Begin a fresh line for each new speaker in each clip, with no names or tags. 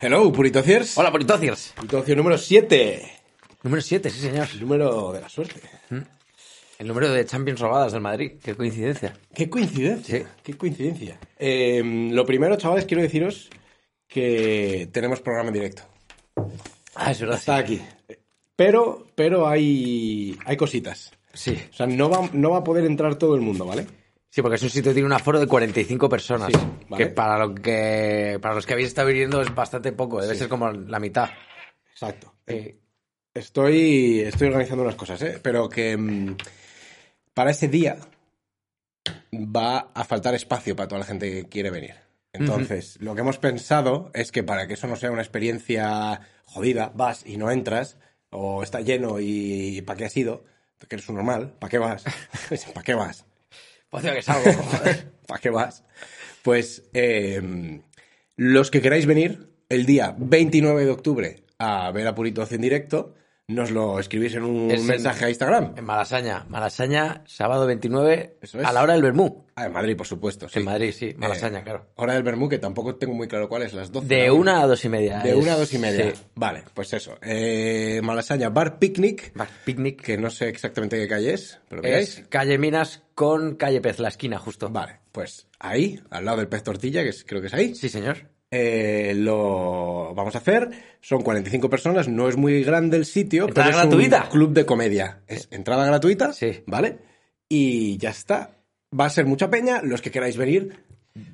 Hello, Puritociers.
Hola, Politociers.
Puritocio número 7.
Número 7, sí, señor.
El número de la suerte.
El número de Champions robadas del Madrid. Qué coincidencia.
Qué coincidencia.
Sí.
Qué coincidencia. Eh, lo primero, chavales, quiero deciros que tenemos programa en directo.
Ah, es verdad.
Está aquí. Pero, pero hay, hay cositas.
Sí.
O sea, no va, no va a poder entrar todo el mundo, ¿vale?
Sí, porque es un sitio que tiene un aforo de 45 personas.
Sí, vale.
Que para lo que para los que habéis estado viniendo es bastante poco. Debe
Sí.
ser como la mitad.
Exacto.
Eh,
Estoy, estoy organizando unas cosas, ¿eh? Pero que mm, para ese día va a faltar espacio para toda la gente que quiere venir. Entonces, lo que hemos pensado es que para que eso no sea una experiencia jodida, vas y no entras, o está lleno y ¿para qué has ido? Que eres un normal, ¿para qué vas? ¿Para qué vas?
pues digo que salgo. joder.
¿Para qué vas? Pues eh, los que queráis venir el día 29 de octubre a ver a Purito en directo, nos lo escribís en un
Es en-
mensaje a Instagram.
en Malasaña. Malasaña, sábado 29,
Eso es.
a la hora del Bermú.
Ah, en Madrid, por supuesto. sí. Eh,
En Madrid, sí. Malasaña, claro.
Hora del Bermú, que tampoco tengo muy claro cuál es, las 12.
De
¿no?
una a dos y media.
De
Es-
una a dos y media.
sí.
Vale, pues eso. Eh, Malasaña, Bar Picnic,
Bar Picnic.
que no sé exactamente qué calle es, pero miráis.
Es calle Minas con calle Pez, la esquina, justo.
Vale, pues ahí, al lado del pez tortilla, que es- creo que es ahí.
Sí, señor.
Eh, lo vamos a hacer. Son 45 personas, no es muy grande el sitio.
¿Entrada
pero es
gratuita?
Un club de comedia. Es entrada gratuita,
Sí.
¿vale? Y ya está. Va a ser mucha peña. Los que queráis venir,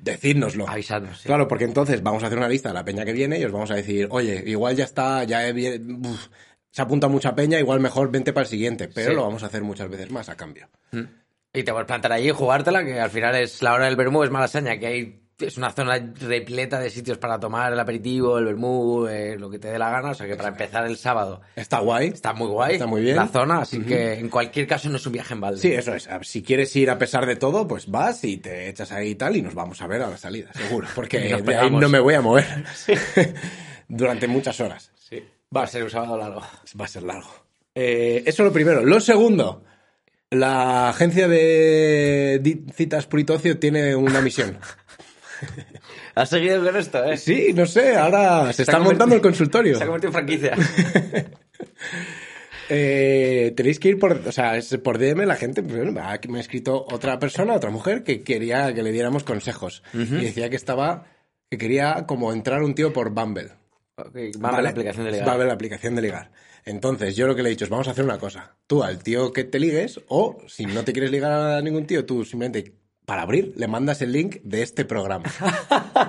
decídnoslo.
Avisadnos. sí.
Claro, porque entonces vamos a hacer una lista de la peña que viene y os vamos a decir, oye, igual ya está, ya he bien- uf, se apunta mucha peña, igual mejor vente para el siguiente. Pero
Sí.
lo vamos a hacer muchas veces más a cambio.
Y te puedes plantar allí y jugártela, que al final es la hora del vermú, es malasaña, que hay, es una zona repleta de sitios para tomar el aperitivo, el vermú, eh, lo que te dé la gana. O sea que para empezar el sábado
Está guay.
está muy guay
Está muy bien.
la zona, así que en cualquier caso no es un viaje en balde.
Sí, eh. eso es. Si quieres ir a pesar de todo, pues vas y te echas ahí y tal y nos vamos a ver a la salida, seguro. Porque
Y nos
de ahí
pegamos.
no me voy a mover durante muchas horas.
Sí. Va a ser un sábado largo.
Va a ser largo. Eh, eso lo primero. Lo segundo, la agencia de di- citas Puritocio tiene una misión.
Has seguido con esto, ¿eh?
Sí, no sé, ahora se
Se ha
está montando
convertido-
el consultorio.
Se ha convertido en franquicia.
Eh, tenéis que ir por, o sea, es por DM la gente, pues bueno, me ha- me ha escrito otra persona, otra mujer, que quería que le diéramos consejos. Y decía que estaba, que quería como entrar un tío por Bumble.
Ok, va a
¿vale?
la aplicación de legal.
Bumble, la aplicación de ligar. Entonces, yo lo que le he dicho es, vamos a hacer una cosa. Tú al tío que te ligues, o si no te quieres ligar a ningún tío, tú simplemente, para abrir, le mandas el link de este programa.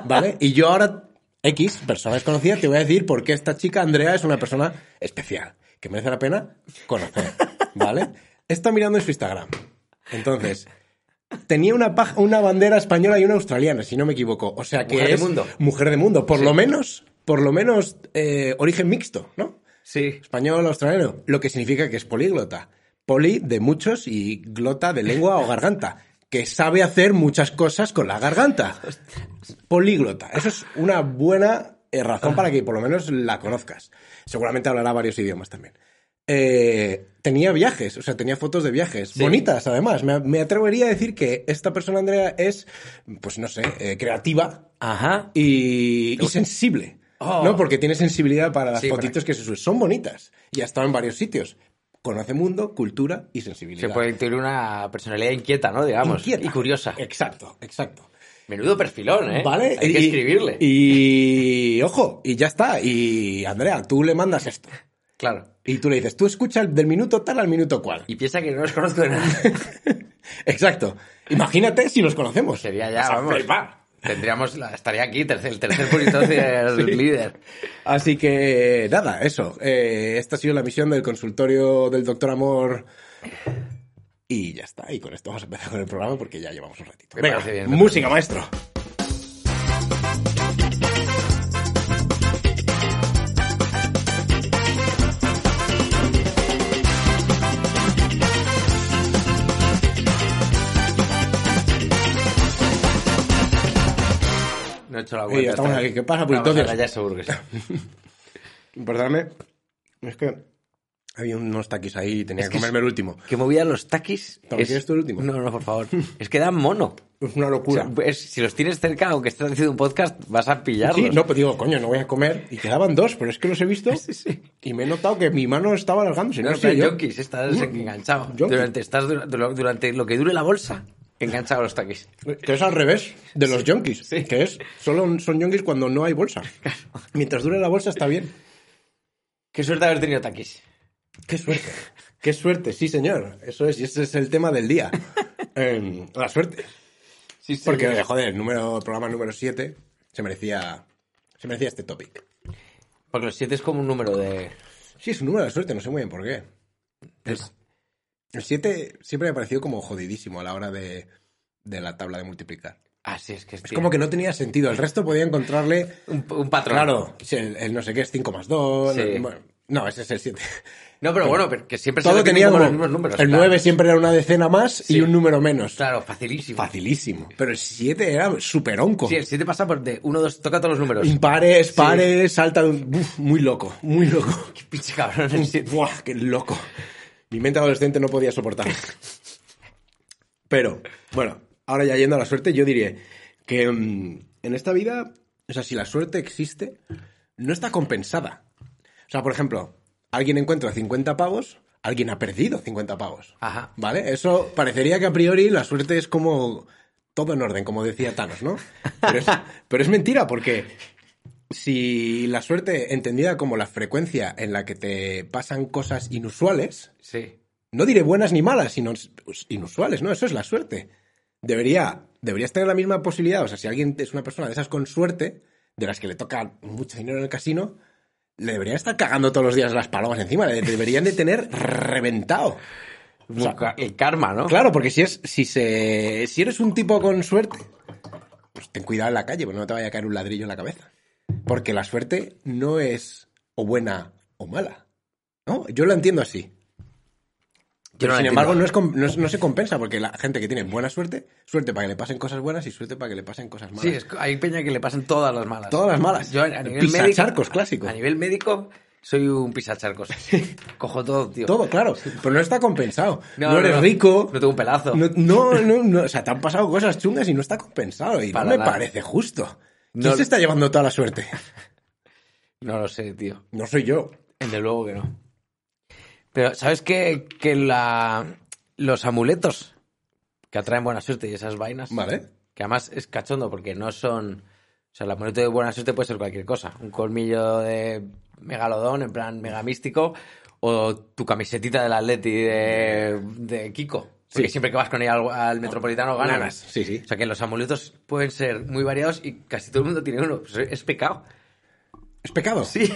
¿Vale? Y yo ahora, X, persona desconocida, te voy a decir por qué esta chica, Andrea, es una persona especial, que merece la pena conocer. ¿Vale? Está mirando en su Instagram. Entonces, tenía una, paj- una bandera española y una australiana, si no me equivoco. O sea que
Mujer de
es
mundo.
mujer de mundo. Por lo menos, por lo menos, eh, origen mixto, ¿no?
Sí.
Español, australiano. Lo que significa que es políglota. Poli de muchos y glota de lengua o garganta. Que sabe hacer muchas cosas con la garganta. Políglota. Eso es una buena eh, razón para que por lo menos la conozcas. Seguramente hablará varios idiomas también. Eh, tenía viajes, o sea, tenía fotos de viajes.
Sí.
Bonitas, además. Me, me atrevería a decir que esta persona, Andrea, es, pues no sé, eh, creativa
Ajá.
y, y sensible.
Oh.
¿no? Porque tiene sensibilidad para las
Sí, para-
fotitos que se suben. Son bonitas. Y ha estado en varios sitios. Conoce mundo, cultura y sensibilidad.
Se puede tener una personalidad inquieta, ¿no? Digamos.
Inquieta.
Y curiosa.
Exacto, exacto.
Menudo perfilón, ¿eh?
¿Vale?
Hay que
Y-
escribirle.
Y ojo, y ya está. Y Andrea, tú le mandas esto.
Claro.
Y tú le dices, tú escucha el- del minuto tal al minuto cual.
Y piensa que no los conozco de nada.
Exacto. Imagínate si nos conocemos.
Sería
Vas
ya,
a
vamos.
flipar.
Tendríamos, la- estaría aquí tercer- el tercer purito del líder.
Así que nada, eso. Eh, esta ha sido la misión del consultorio del doctor Amor. Y ya está. Y con esto vamos a empezar con el programa porque ya llevamos un ratito.
Me
Venga,
parece bien, me
música, maestro.
No he hecho la
Ey,
cuenta.
estamos
esta
aquí.
vez.
¿Qué pasa,
Vamos,
puritotes?
ahora Ya seguro que sí.
Perdóname. Es que Había unos taquis ahí y tenía
Es
que,
que es-
comerme el último.
Que movía los taquis.
Toma, ¿quieres tú el último?
No, no, por favor. es que dan mono.
Es una
O sea,
locura.
es- si los tienes cerca, aunque estés haciendo un podcast, vas a pillarlos.
Sí, no, pero digo, coño, no voy a comer. Y quedaban dos, pero es que los he visto y me he notado que mi mano estaba alargándose. No,
No,
he sido
pero
yo. Mm.
yonkis, estás enganchado.
Yonki.
Durante, estás dura- dura- durante lo que dure la bolsa, enganchado a los taquis.
Que es al revés de los yonkis. Que es, solo son yonkis cuando no hay bolsa. Mientras dure la bolsa está bien.
Qué suerte haber tenido taquis.
Qué suerte. Qué suerte, sí, señor. Eso es, y ese es el tema del día. Em, la suerte.
Sí,
Porque, joder, el número, programa número 7 se merecía, se merecía este topic.
Porque los siete es como un número de...
Sí, es un número de la suerte, no sé muy bien por qué. Es- el 7 siempre me ha parecido como jodidísimo a la hora de, de la tabla de multiplicar.
Ah, sí, es que
Es como que no tenía sentido. El resto podía encontrarle.
Un, un patrón.
Claro, si el, el no sé qué es 5 más 2.
Sí.
no, ese es el 7.
No, pero bueno, pero que siempre se
Todo
repiten
tenía
como
como.
los mismos números.
el
claro.
9 siempre era una decena más y un número menos.
Claro, facilísimo.
Facilísimo. Pero el 7 era súper onco.
Sí, el 7 pasa por de 1, 2, toca todos los números.
Impares, pares, salta de un... Uf, muy loco, muy loco.
Qué pinche cabrón el 7.
Buah, qué loco. Mi mente adolescente no podía soportarlo. Pero, bueno, ahora ya yendo a la suerte, yo diré que mm, en esta vida, o sea, si la suerte existe, no está compensada. O sea, por ejemplo, alguien encuentra 50 pavos, alguien ha perdido 50 pavos.
Ajá.
¿Vale? Eso parecería que a priori la suerte es como todo en orden, como decía Thanos, ¿no? Pero es, pero es mentira, porque si la suerte entendida como la frecuencia en la que te pasan cosas inusuales,
Sí.
no diré buenas ni malas, sino pues, inusuales, ¿no? Eso es la suerte. Debería, deberías tener la misma posibilidad. O sea, si alguien es una persona de esas con suerte, de las que le toca mucho dinero en el casino, le deberían estar cagando todos los días las palomas encima, le deberían de tener reventado. O sea,
Un ca- el karma, ¿no?
Claro, porque si es, si se, si eres un tipo con suerte, pues ten cuidado en la calle, porque no te vaya a caer un ladrillo en la cabeza. Porque la suerte no es o buena o mala. ¿No? Yo lo entiendo así.
Yo no lo
Sin
entiendo.
embargo, no, es com- no es- no se compensa, porque la gente que tiene buena suerte, suerte para que le pasen cosas buenas y suerte para que le pasen cosas malas.
Sí, es que hay peña que le pasan todas las malas.
Todas las malas.
Yo a a nivel médico...
Pisacharcos, clásico.
A nivel médico, soy un pisacharcos. Cojo todo, tío.
Todo, claro. Pero no está compensado. No, eres rico.
No tengo un pelazo.
No, no, no, no, o sea, te han pasado cosas chungas y no está compensado. Y
Para
no me
nada.
parece justo. ¿Quién
No.
se está llevando toda la suerte?
No lo sé, tío.
No soy yo.
Desde luego que no. Pero, ¿sabes qué? Que la... los amuletos que atraen buena suerte y esas vainas.
Vale.
Que además es cachondo porque no son. O sea, el amuleto de buena suerte puede ser cualquier cosa. Un colmillo de megalodón, en plan mega místico. O tu camisetita del Atleti de, de Kiko. Porque
Sí.
siempre que vas con ella al, al metropolitano ganas.
Ganas, sí, sí.
O sea que los amuletos pueden ser muy variados y casi todo el mundo tiene uno. Pues es pecado.
Es pecado.
Sí.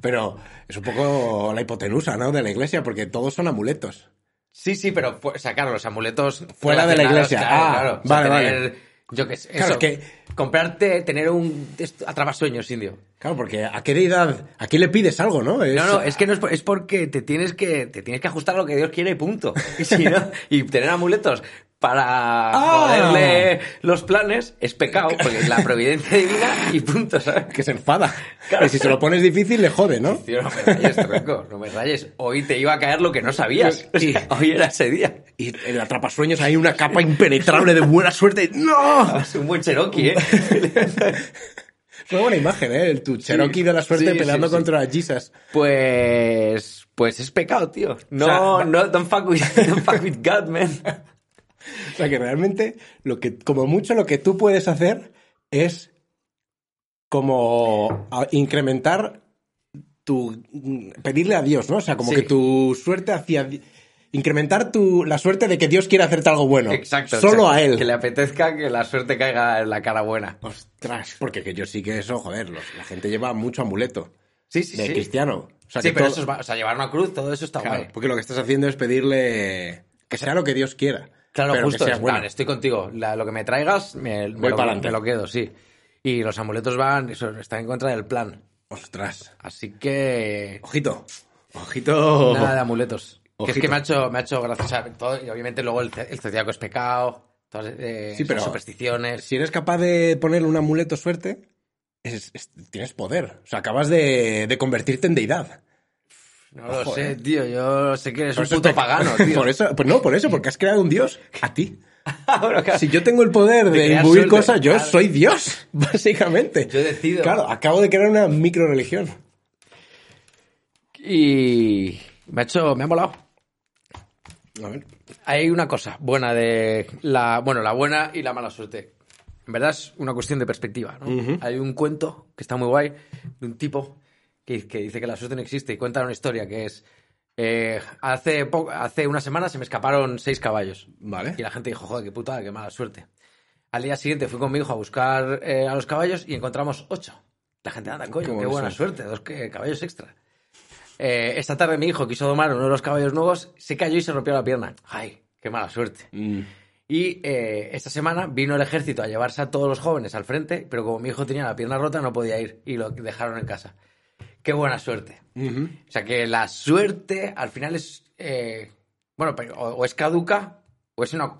Pero es un poco la hipotenusa, ¿no? De la iglesia, porque todos son amuletos.
Sí, sí, pero fu- o sea, claro, los amuletos
Fuera de la
relacionados,
iglesia.
claro,
Ah,
claro.
vale, vale.
Yo qué sé,
Claro,
eso,
es que-
comprarte, tener un esto- atrapasueños indio.
Claro, porque ¿a qué deidad? ¿A quién le pides algo, no? Es-
No, no, es que no es, por- es porque te tienes que te tienes que ajustar a lo que Dios quiere y punto. Y si no, y tener amuletos para
Ah.
joderle los planes es pecado, porque es la providencia divina y punto, ¿sabes?
que se enfada.
Claro.
Y si se lo pones difícil, le jode, ¿no?
Tío, no me rayes, tronco, no me rayes. Hoy te iba a caer lo que no sabías. O sea, hoy era ese día.
Y en el atrapasueños hay una capa impenetrable de buena suerte. ¡No!
Es un buen Cherokee, ¿eh?
Es una buena imagen, ¿eh? El tu Cherokee de la suerte
sí, sí,
peleando
sí.
contra Jesus.
Pues. Pues es pecado, tío. No,
O sea,
no, don't fuck, with, don't fuck with God, man.
O sea que realmente, lo que, como mucho, lo que tú puedes hacer es como a- incrementar tu. mm, pedirle a Dios, ¿no? O sea, como
Sí.
que tu suerte hacia. di- incrementar tu, la suerte de que Dios quiere hacerte algo bueno.
Exacto.
Solo
o sea,
a él.
Que le apetezca que la suerte caiga en la cara buena.
Ostras, porque que yo sí que eso, joder, los- la gente lleva mucho amuleto
Sí, sí,
de
sí.
cristiano. O sea,
sí,
que
pero
todo-
eso es. va- O sea, llevar una cruz, todo eso está
Claro,
guay.
porque lo que estás haciendo es pedirle que sea lo que Dios quiera.
Claro,
pero que
justo.
sea
es,
bueno.
vale, estoy contigo. La- lo que me traigas, me, me
Voy
lo,
pa'lante.
me lo quedo, sí. Y los amuletos van. Eso, están en contra del plan.
Ostras.
Así que.
Ojito. Ojito.
Nada de amuletos. Que es
Ojito.
que me ha hecho, me ha hecho gracia. o sea, todo- y obviamente luego el, ce- el zodiaco es pecado. Todas eh,
Sí, pero-
esas supersticiones.
Si eres capaz de ponerle un amuleto suerte, es- es- tienes poder. O sea, acabas de, de convertirte en deidad.
No lo
Ojo,
sé,
eh.
tío. Yo sé que eres
Por
un
eso
puto
te-
pagano, tío.
Por eso, pues no, por eso, porque has creado un dios a ti.
Bueno, claro.
Si yo tengo el poder
De
de,
crear
imbuir
suerte,
cosas, yo
claro.
soy Dios, básicamente.
Yo decido.
Claro, acabo de crear una micro religión.
Y me ha hecho, me ha molado.
A ver.
Hay una cosa buena de la, bueno, la buena y la mala suerte. En verdad es una cuestión de perspectiva, ¿no? Hay un cuento que está muy guay de un tipo que, que dice que la suerte no existe y cuenta una historia que es eh, hace po- hace una semana se me escaparon seis caballos.
Vale.
Y la gente dijo, joder, qué putada, qué mala suerte. Al día siguiente fui con mi hijo a buscar eh, a los caballos y encontramos ocho. La gente anda, coño,
Qué
qué,
buena
buena suerte, dos que- caballos extra. Eh, esta tarde mi hijo quiso domar uno de los caballos nuevos, se cayó y se rompió la pierna. ¡Ay, qué mala suerte!
Mm,
Y eh, esta semana vino el ejército a llevarse a todos los jóvenes al frente, pero como mi hijo tenía la pierna rota no podía ir y lo dejaron en casa. ¡Qué buena suerte!
ujú.
O sea que la suerte al final es. eh, bueno, pero o, o es caduca o es una.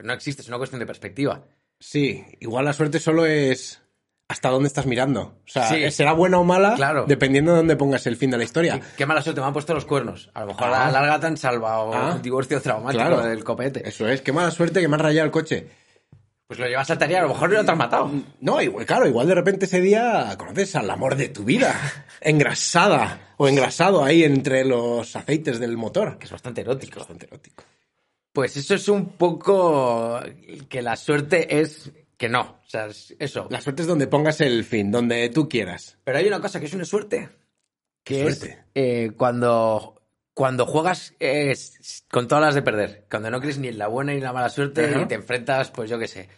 No existe, es una cuestión de perspectiva.
Sí, igual la suerte solo es hasta dónde estás mirando. O sea,
Sí.
será buena o mala
Claro.
dependiendo de dónde pongas el fin de la historia.
Qué mala suerte, me han puesto los cuernos. A lo mejor
Ah.
la larga tan salva o
Ah.
un divorcio traumático
Claro.
del copete.
Eso es, qué mala suerte que me han rayado el coche.
Pues lo llevas a tarea, a lo mejor no te has matado.
No, igual, claro, igual de repente ese día conoces al amor de tu vida, engrasada o engrasado ahí entre los aceites del motor.
Que es bastante erótico.
Bastante erótico.
Pues eso es un poco que la suerte es que no. O sea, es eso.
La suerte es donde pongas el fin, donde tú quieras.
Pero hay una cosa que es una suerte. Que
¿Qué
es
suerte?
eh, cuando, cuando juegas eh, s- con todas las de perder. Cuando no crees ni en la buena ni en la mala suerte
Ajá.
y te enfrentas, pues yo qué sé.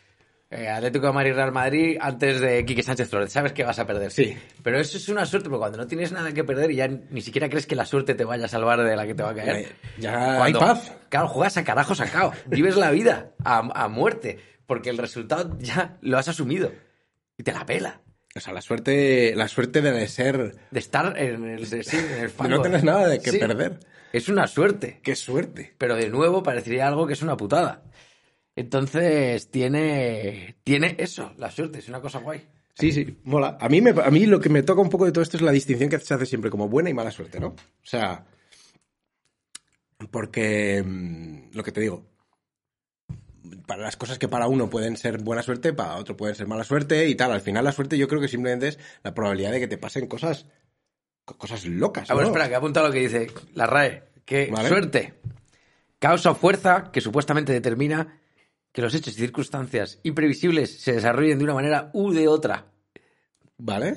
eh, Atlético de Madrid, Real Madrid, antes de Quique Sánchez Flores. Sabes que vas a perder.
Sí.
Pero eso es una suerte, porque cuando no tienes nada que perder y ya ni siquiera crees que la suerte te vaya a salvar de la que te va a caer.
Eh, Ya hay
Cuando-
paz.
Claro, juegas a carajo sacado. Vives la vida a, a muerte. Porque el resultado ya lo has asumido. Y te la pela.
O sea, la suerte, la suerte de ser,
De estar en el, de- sí, en el
de
fango.
no tener nada de que
Sí.
perder.
Es una suerte.
Qué suerte.
Pero de nuevo parecería algo que es una putada. Entonces tiene, tiene eso, la suerte, es una cosa guay.
Sí, sí, mola. A mí, me, a mí lo que me toca un poco de todo esto es la distinción que se hace siempre como buena y mala suerte, ¿no? O sea, porque mm, lo que te digo, para las cosas que para uno pueden ser buena suerte, para otro pueden ser mala suerte y tal. Al final la suerte yo creo que simplemente es la probabilidad de que te pasen cosas, co- cosas locas.
Ah, bueno,
¿no?
espera, que he apuntado lo que dice la RAE. Que
Vale.
suerte. Causa o fuerza que supuestamente determina que los hechos y circunstancias imprevisibles se desarrollen de una manera u de otra.
Vale,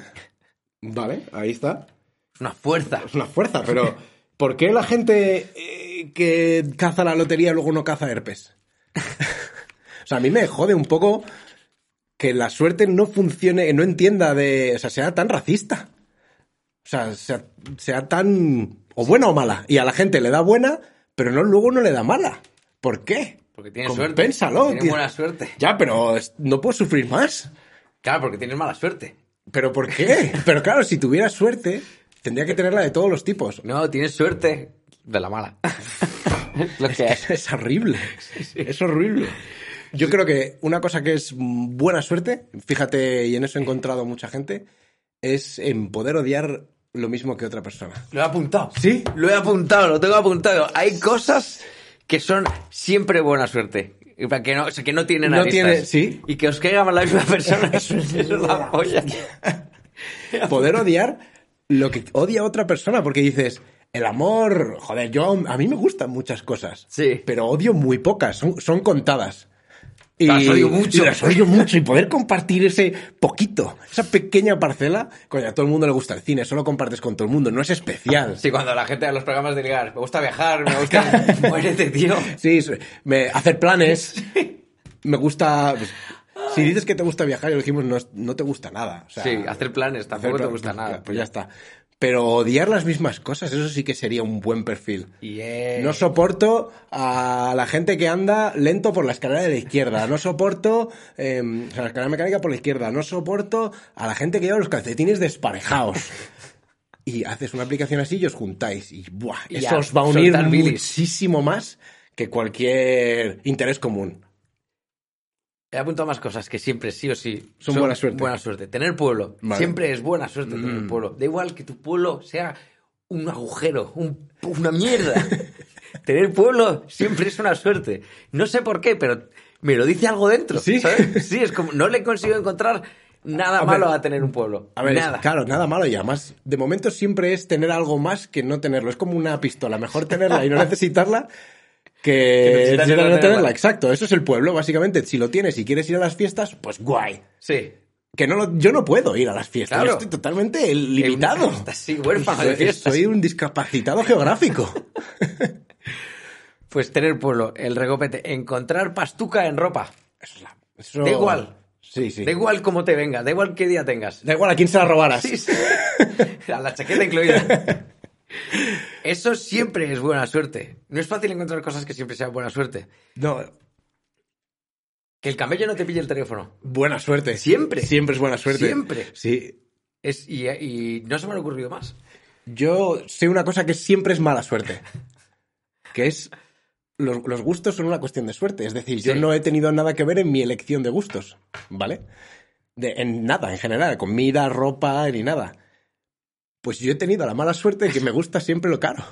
vale, ahí está.
Es una fuerza.
Es una fuerza, pero ¿por qué la gente eh, que caza la lotería luego no caza herpes? o sea, a mí me jode un poco que la suerte no funcione, no entienda de. O sea, sea tan racista. O sea, sea, sea tan. O buena o mala. Y a la gente le da buena, pero no, luego no le da mala. ¿Por qué?
Porque tienes suerte.
Compénsalo,
porque tienes
tío.
buena suerte.
Ya, pero es- no puedo sufrir más.
Claro, porque tienes mala suerte.
¿Pero por qué? pero claro, si tuviera suerte, tendría que tenerla de todos los tipos.
No, tienes suerte de la mala. lo que es.
Es horrible. Es horrible. Yo creo que una cosa que es mm, buena suerte, fíjate, y en eso he encontrado mucha gente, es en poder odiar lo mismo que otra persona.
Lo he apuntado.
¿Sí?
Lo he apuntado, lo tengo apuntado. Hay cosas que son siempre buena suerte. Y para Que no, o sea, que no tienen
No
aristas.
tiene- sí.
Y que os caiga mal la misma persona. Eso es la polla.
Poder odiar lo que odia otra persona, porque dices, el amor, joder, yo a mí me gustan muchas cosas,
Sí.
pero odio muy pocas, son, son contadas. Y
Las odio mucho.
Y las odio mucho. Y poder compartir ese poquito, esa pequeña parcela, coño, a todo el mundo le gusta el cine, solo compartes con todo el mundo, no es especial.
Sí, cuando la gente a los programas de ligar, me gusta viajar, me gusta... Muérete, tío.
Sí, sí, me, hacer planes. Me gusta. pues, si dices que te gusta viajar, y lo dijimos, no, es- no te gusta nada. O sea,
Sí, hacer planes,
hacer
tampoco te
plan-
gusta nada.
Pues ya está. Pero odiar las mismas cosas, eso sí que sería un buen perfil.
Y eh,
No soporto a la gente que anda lento por la escalera de la izquierda. No soporto eh, o sea, la escalera mecánica por la izquierda. No soporto a la gente que lleva los calcetines desparejados. Y haces una aplicación así y os juntáis. Y ¡buah!
Y
eso
a
os va a unir
soltar bilis.
muchísimo más que cualquier interés común.
He apuntado más cosas que siempre sí o sí
Son buena suerte.
Buena suerte. Tener pueblo.
Vale. Mm.
Siempre es buena suerte tener pueblo. Da igual que tu pueblo sea un agujero, un- una mierda. Tener pueblo siempre es una suerte. No sé por qué, pero me lo dice algo dentro.
¿Sí?
¿sabes? Sí, es como, no le consigo encontrar nada
A ver,
malo a tener un pueblo.
A ver, es-
nada.
claro, nada malo y además, de momento siempre es tener algo más que no tenerlo. Es como una pistola, mejor tenerla y no necesitarla que,
Que necesitar
no
no
tenerla.
tenerla.
Exacto, eso es el pueblo, básicamente. Si lo tienes y quieres ir a las fiestas, pues guay.
Sí.
Que no lo- yo no puedo ir a las fiestas,
Claro.
yo estoy totalmente limitado.
Estás así, huérfano de
Soy-
fiestas.
Soy un discapacitado geográfico.
Pues tener pueblo, el recopete, encontrar pastuca en ropa.
Eso es la- eso-
Da igual.
Sí, sí.
Da igual cómo te venga, da igual qué día tengas.
Da igual a quién se la robaras.
Sí, sí. A la chaqueta incluida. Eso siempre es buena suerte. No es fácil encontrar cosas que siempre sean buena suerte.
No,
Que el camello no te pille el teléfono.
buena suerte.
Siempre.
Siempre es buena suerte.
Siempre.
Sí.
Es, y, y no se me han ocurrido más.
Yo sé una cosa que siempre es mala suerte. Que es. Los, los gustos son una cuestión de suerte. Es decir, yo
Sí.
no he tenido nada que ver en mi elección de gustos. ¿Vale? De- en nada, en general. Comida, ropa, ni nada. Pues yo he tenido la mala suerte de que me gusta siempre lo caro.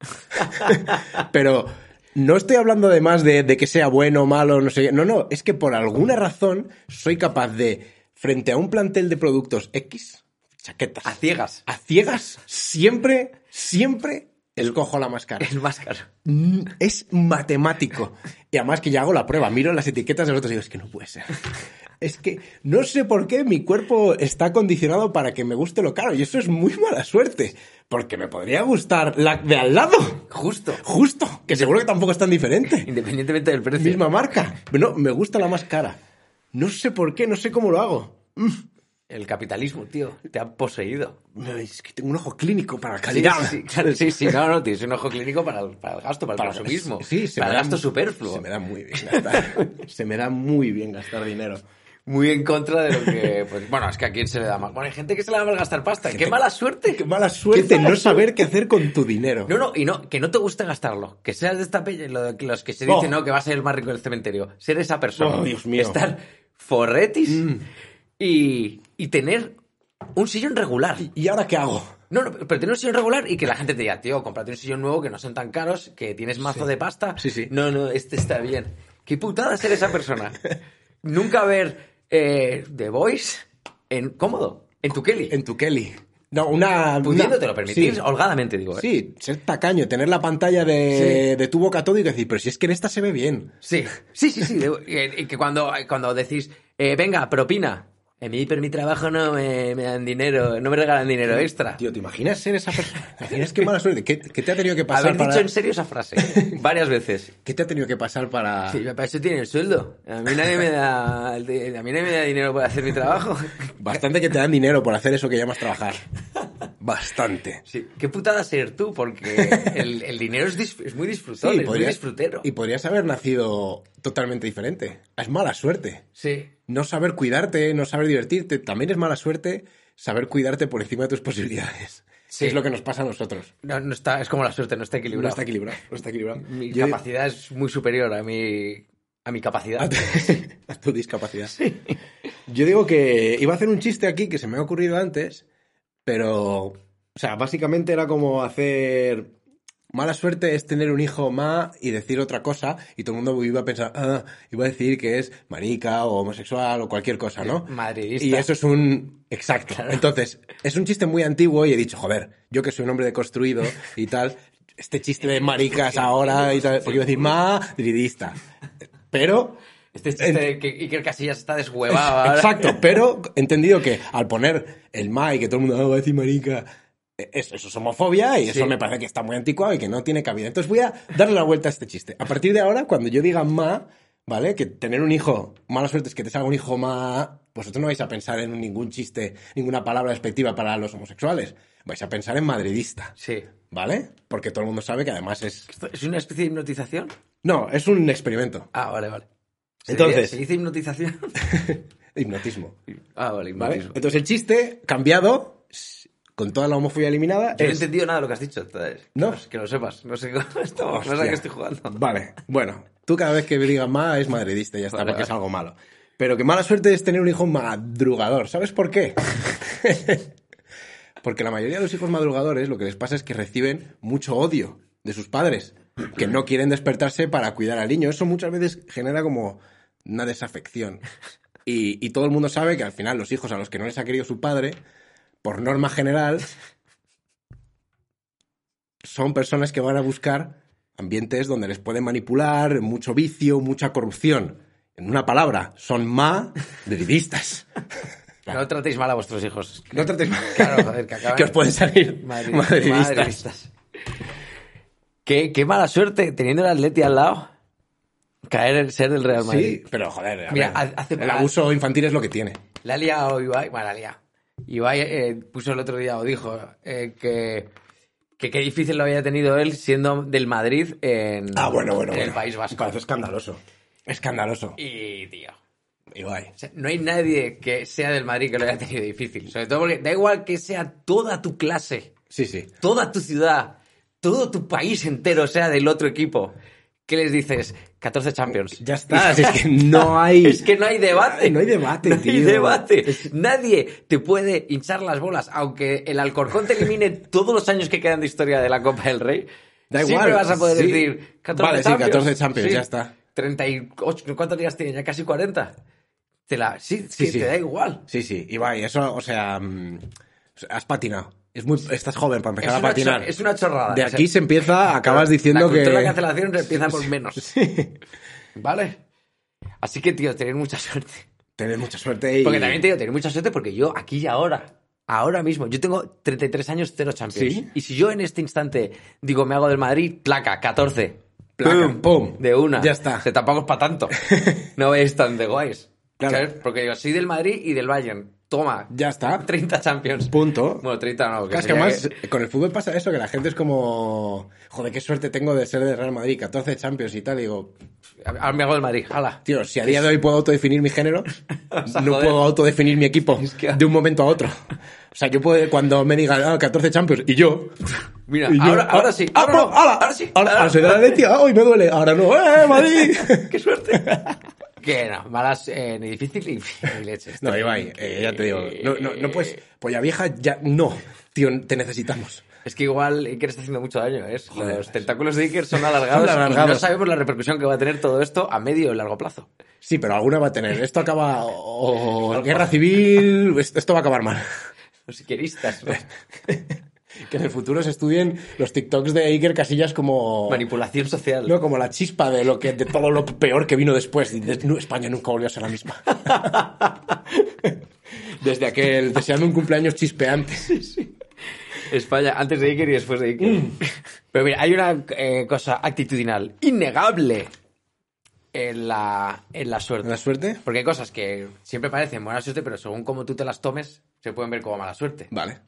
Pero no estoy hablando además de, de que sea bueno o malo, no sé. qué. No, no, es que por alguna razón soy capaz de, frente a un plantel de productos X, chaquetas,
A ciegas.
a ciegas, siempre, siempre escojo la máscara.
El más caro.
Mm, Es matemático. Y además que ya hago la prueba, miro las etiquetas de los otros y digo, es que no puede ser. Es que no sé por qué mi cuerpo está condicionado para que me guste lo caro. Y eso es muy mala suerte. Porque me podría gustar la de al lado.
Justo.
Justo. Que seguro que tampoco es tan diferente.
Independientemente del precio.
Misma marca. Pero no, me gusta la más cara. No sé por qué, no sé cómo lo hago.
El capitalismo, tío. Te ha poseído.
Me- Es que tengo un ojo clínico para la calidad.
Sí, sí, claro, sí, sí. No, no, tienes un ojo clínico para el, para el gasto, para el consumismo.
Sí, se me
para el
da
gasto
mu-
superfluo.
Se me da muy bien gastar. se me da muy bien gastar dinero.
Muy en contra de lo que. Pues, bueno, es que a quién se le da mal. Bueno, hay gente que se le da mal gastar pasta. ¡Qué mala suerte!
Qué mala suerte no saber qué hacer con tu dinero.
No, no, y no, que no te gusta gastarlo. Que seas de esta pe- lo de- los que se
Oh.
dicen, no, que vas a ser el más rico del cementerio. Ser esa persona.
Oh, Dios mío. Mm.
Estar forretis y, y tener un sillón regular.
¿Y ahora qué hago?
No, no, pero tener un sillón regular y que la gente te diga, tío, cómprate un sillón nuevo que no son tan caros, que tienes mazo de pasta.
Sí, sí.
No, no, este está bien. Qué putada ser esa persona. Nunca ver eh, The Voice en cómodo, en tu Kelly.
En tu Kelly. No, una.
Pudiéndotelo
una-
permitir,
Sí.
holgadamente digo. ¿eh?
Sí, ser tacaño, tener la pantalla de, de tubo catódico y decir, pero si es que en esta se ve bien.
Sí, sí, sí, sí. de- eh, eh, que cuando, cuando decís, eh, venga, propina. A mí por mi trabajo no me, me dan dinero, no me regalan dinero extra.
Tío, ¿te imaginas ser esa persona? ¿Te imaginas qué mala suerte? ¿Qué, qué te ha tenido que pasar
Haber
para.?
dicho en serio esa frase varias veces.
¿Qué te ha tenido que pasar para.?
Sí, para eso tiene el sueldo. A mí nadie me da, a mí nadie me da dinero para hacer mi trabajo.
Bastante que te dan dinero por hacer eso que llamas trabajar. Bastante.
Sí, qué putada ser tú, porque el, el dinero es, dis- es muy disfrutón, es muy disfrutero.
y podrías haber nacido totalmente diferente. Es mala suerte.
Sí,
No saber cuidarte, no saber divertirte, también es mala suerte saber cuidarte por encima de tus posibilidades.
Sí.
Es lo que nos pasa a nosotros.
no, no está, es como la suerte, no está
No
equilibrado.
está equilibrado, no está equilibrado.
Mi
Yo-
capacidad es muy superior a mi, a mi
a
capacidad.
tu, a tu discapacidad. Yo digo que iba a hacer un chiste aquí que se me ha ocurrido antes, pero, o sea, básicamente era como hacer... Mala suerte es tener un hijo ma y decir otra cosa y todo el mundo iba a pensar, ah, iba a decir que es marica o homosexual o cualquier cosa, ¿no?
Madridista.
Y eso es un... Exacto. Entonces, es un chiste muy antiguo y he dicho, joder, yo que soy un hombre deconstruido y tal, este chiste de maricas ahora y tal, porque iba a decir madridista. Pero
Este chiste de que Iker Casillas está deshuevado ahora.
Exacto, pero he entendido que al poner el ma y que todo el mundo "Ah, va a decir marica, eh, eso, eso es homofobia y eso
Sí.
me parece que está muy anticuado y que no tiene cabida. Entonces voy a darle la vuelta a este chiste. A partir de ahora, cuando yo diga ma, ¿vale? Que tener un hijo, mala suerte es que te salga un hijo ma, vosotros no vais a pensar en ningún chiste, ninguna palabra despectiva para los homosexuales. Vais a pensar en madridista,
Sí.
¿vale? Porque todo el mundo sabe que además es...
¿Esto ¿Es una especie de hipnotización?
No, es un experimento.
Ah, vale, vale. ¿Se
Entonces-
diría- ¿Se dice hipnotización?
Hipnotismo.
Ah, vale,
¿Vale?
hipnotismo.
Entonces el chiste, cambiado, s- con toda la homofobia eliminada,
Yo no he
es-
entendido nada de lo que has dicho. entonces,
¿No?
pues Que lo sepas. No sé cómo estamos, no sé a
Hostia.
qué estoy jugando.
Vale, bueno, tú cada vez que digas ma es madridista, ya está,
Vale,
porque es
vale.
algo malo. Pero que mala suerte es tener un hijo madrugador, ¿sabes por qué? Porque la mayoría de los hijos madrugadores lo que les pasa es que reciben mucho odio de sus padres, que no quieren despertarse para cuidar al niño. Eso muchas veces genera como una desafección. Y, y todo el mundo sabe que al final los hijos a los que no les ha querido su padre, por norma general, son personas que van a buscar ambientes donde les pueden manipular, mucho vicio, mucha corrupción. En una palabra, son ma derivistas.
No tratéis mal a vuestros hijos.
No tratéis mal.
Claro, joder, que acaban-
que os pueden salir
Madrid-
madridistas.
madridistas. Qué, qué mala suerte teniendo el Atleti al lado. Caer el ser del Real Madrid.
Sí, pero joder, a
Mira,
ver,
hace-
el abuso infantil es lo que tiene.
La ha liado Ibai. Bueno, la ha liado. Ibai eh, puso el otro día o dijo eh, que que qué difícil lo había tenido él siendo del Madrid en,
Ah,
en el País Vasco.
Parece escandaloso. Escandaloso.
Y, tío,
Igual.
o sea, no hay nadie que sea del Madrid que lo haya tenido difícil. Sobre todo porque da igual que sea toda tu clase,
Sí, sí.
toda tu ciudad, todo tu país entero sea del otro equipo. ¿Qué les dices? 14 Champions.
Ya está. si es que no hay.
Es que no hay debate.
No hay debate,
No hay
tío.
debate. Nadie te puede hinchar las bolas, aunque el Alcorcón te elimine todos los años que quedan de historia de la Copa del Rey.
Da
siempre
igual,
vas a poder
sí.
decir 14
Vale, sí,
Champions.
14 Champions, ya está.
38, ¿cuántas ligas tiene? Ya casi 40. Te la, sí, es
Sí,
que
sí.
te da igual.
Sí, sí. Ibai, eso, o sea. mm, Has patinado. Es muy, estás joven para
Es
empezar a
una,
patinar.
chor- es una chorrada.
De
O sea,
aquí se empieza, acabas diciendo
la cultura
que.
de la cancelación empieza por menos. ¿Vale? Así que, tío, tener mucha suerte.
Tenés mucha suerte y.
Porque también te digo, tener mucha suerte porque yo aquí y ahora, ahora mismo, yo tengo 33 años, cero Champions.
Sí.
Y si yo en este instante digo, me hago del Madrid, placa, 14.
Placa,
Pum,
pum.
De una.
Ya está.
O sea, tampoco es para tanto. No es tan de guays.
Claro.
¿Sabes? Porque digo, soy del Madrid y del Bayern. Toma.
Ya está.
30 Champions.
Punto.
Bueno, 30
Claro,
no.
es que
sería
además,
que-
con el fútbol pasa eso, que la gente es como, joder, qué suerte tengo de ser de Real Madrid, 14 Champions y tal. Y digo,
Ahora me hago del Madrid, jala.
tío, si a día de hoy puedo autodefinir mi género,
sea,
no
joder.
puedo autodefinir mi equipo
que-
de un momento a otro. O sea, yo puedo, cuando me digan, ah, 14 Champions, y yo...
Mira,
y yo,
ahora,
ah,
ahora sí.
ah,
Ahora,
no,
no,
ala,
ahora sí.
Ahora, ahora soy de la Leti, hoy me duele, ahora no, ¡eh, Madrid!
Qué suerte. que no, malas, eh, ni difícil ni, ni leches.
No, Ibai, eh, ya te digo, no, no, no puedes, polla vieja, ya, no, tío, te necesitamos.
Es que igual Iker está haciendo mucho daño, ¿eh? Los tentáculos de Iker son alargados.
Son
y
alargados.
no sabemos la repercusión que va a tener todo esto a medio y largo plazo.
Sí, pero alguna va a tener. Esto acaba o, o guerra civil, esto esto va a acabar mal.
Los ikeristas, ¿no?
Que en el futuro se estudien los TikToks de Iker Casillas como
manipulación social.
no como la chispa de lo que de todo lo peor que vino después. Y dices, "No, España nunca volvió a ser la misma. Desde aquel deseando un cumpleaños chispeante.
España, antes de Iker y después de Iker.
Mm.
Pero mira, hay una eh, cosa actitudinal innegable en la, en la suerte.
¿La suerte?
Porque hay cosas que siempre parecen buena suerte, pero según cómo tú te las tomes, se pueden ver como mala suerte.
Vale.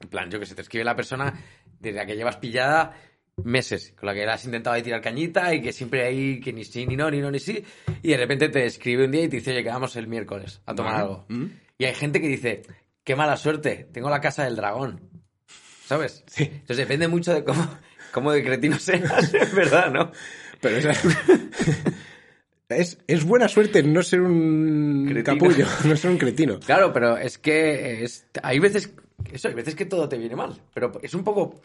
En plan, yo que sé, te escribe la persona desde la que llevas pillada meses, con la que le has intentado ahí tirar cañita y que siempre hay que ni sí, ni no, ni no, ni sí, y de repente te escribe un día y te dice, oye, quedamos el miércoles a tomar
Vale.
algo.
Mm.
Y hay gente que dice, qué mala suerte, tengo la casa del dragón. ¿Sabes?
Sí.
Entonces depende mucho de cómo, cómo de cretino seas, es verdad, ¿no?
Pero esa- es, es buena suerte no ser un
Cretino.
capullo, no ser un cretino.
Claro, pero es que eh, es- hay veces eso, hay veces que todo te viene mal, pero es un poco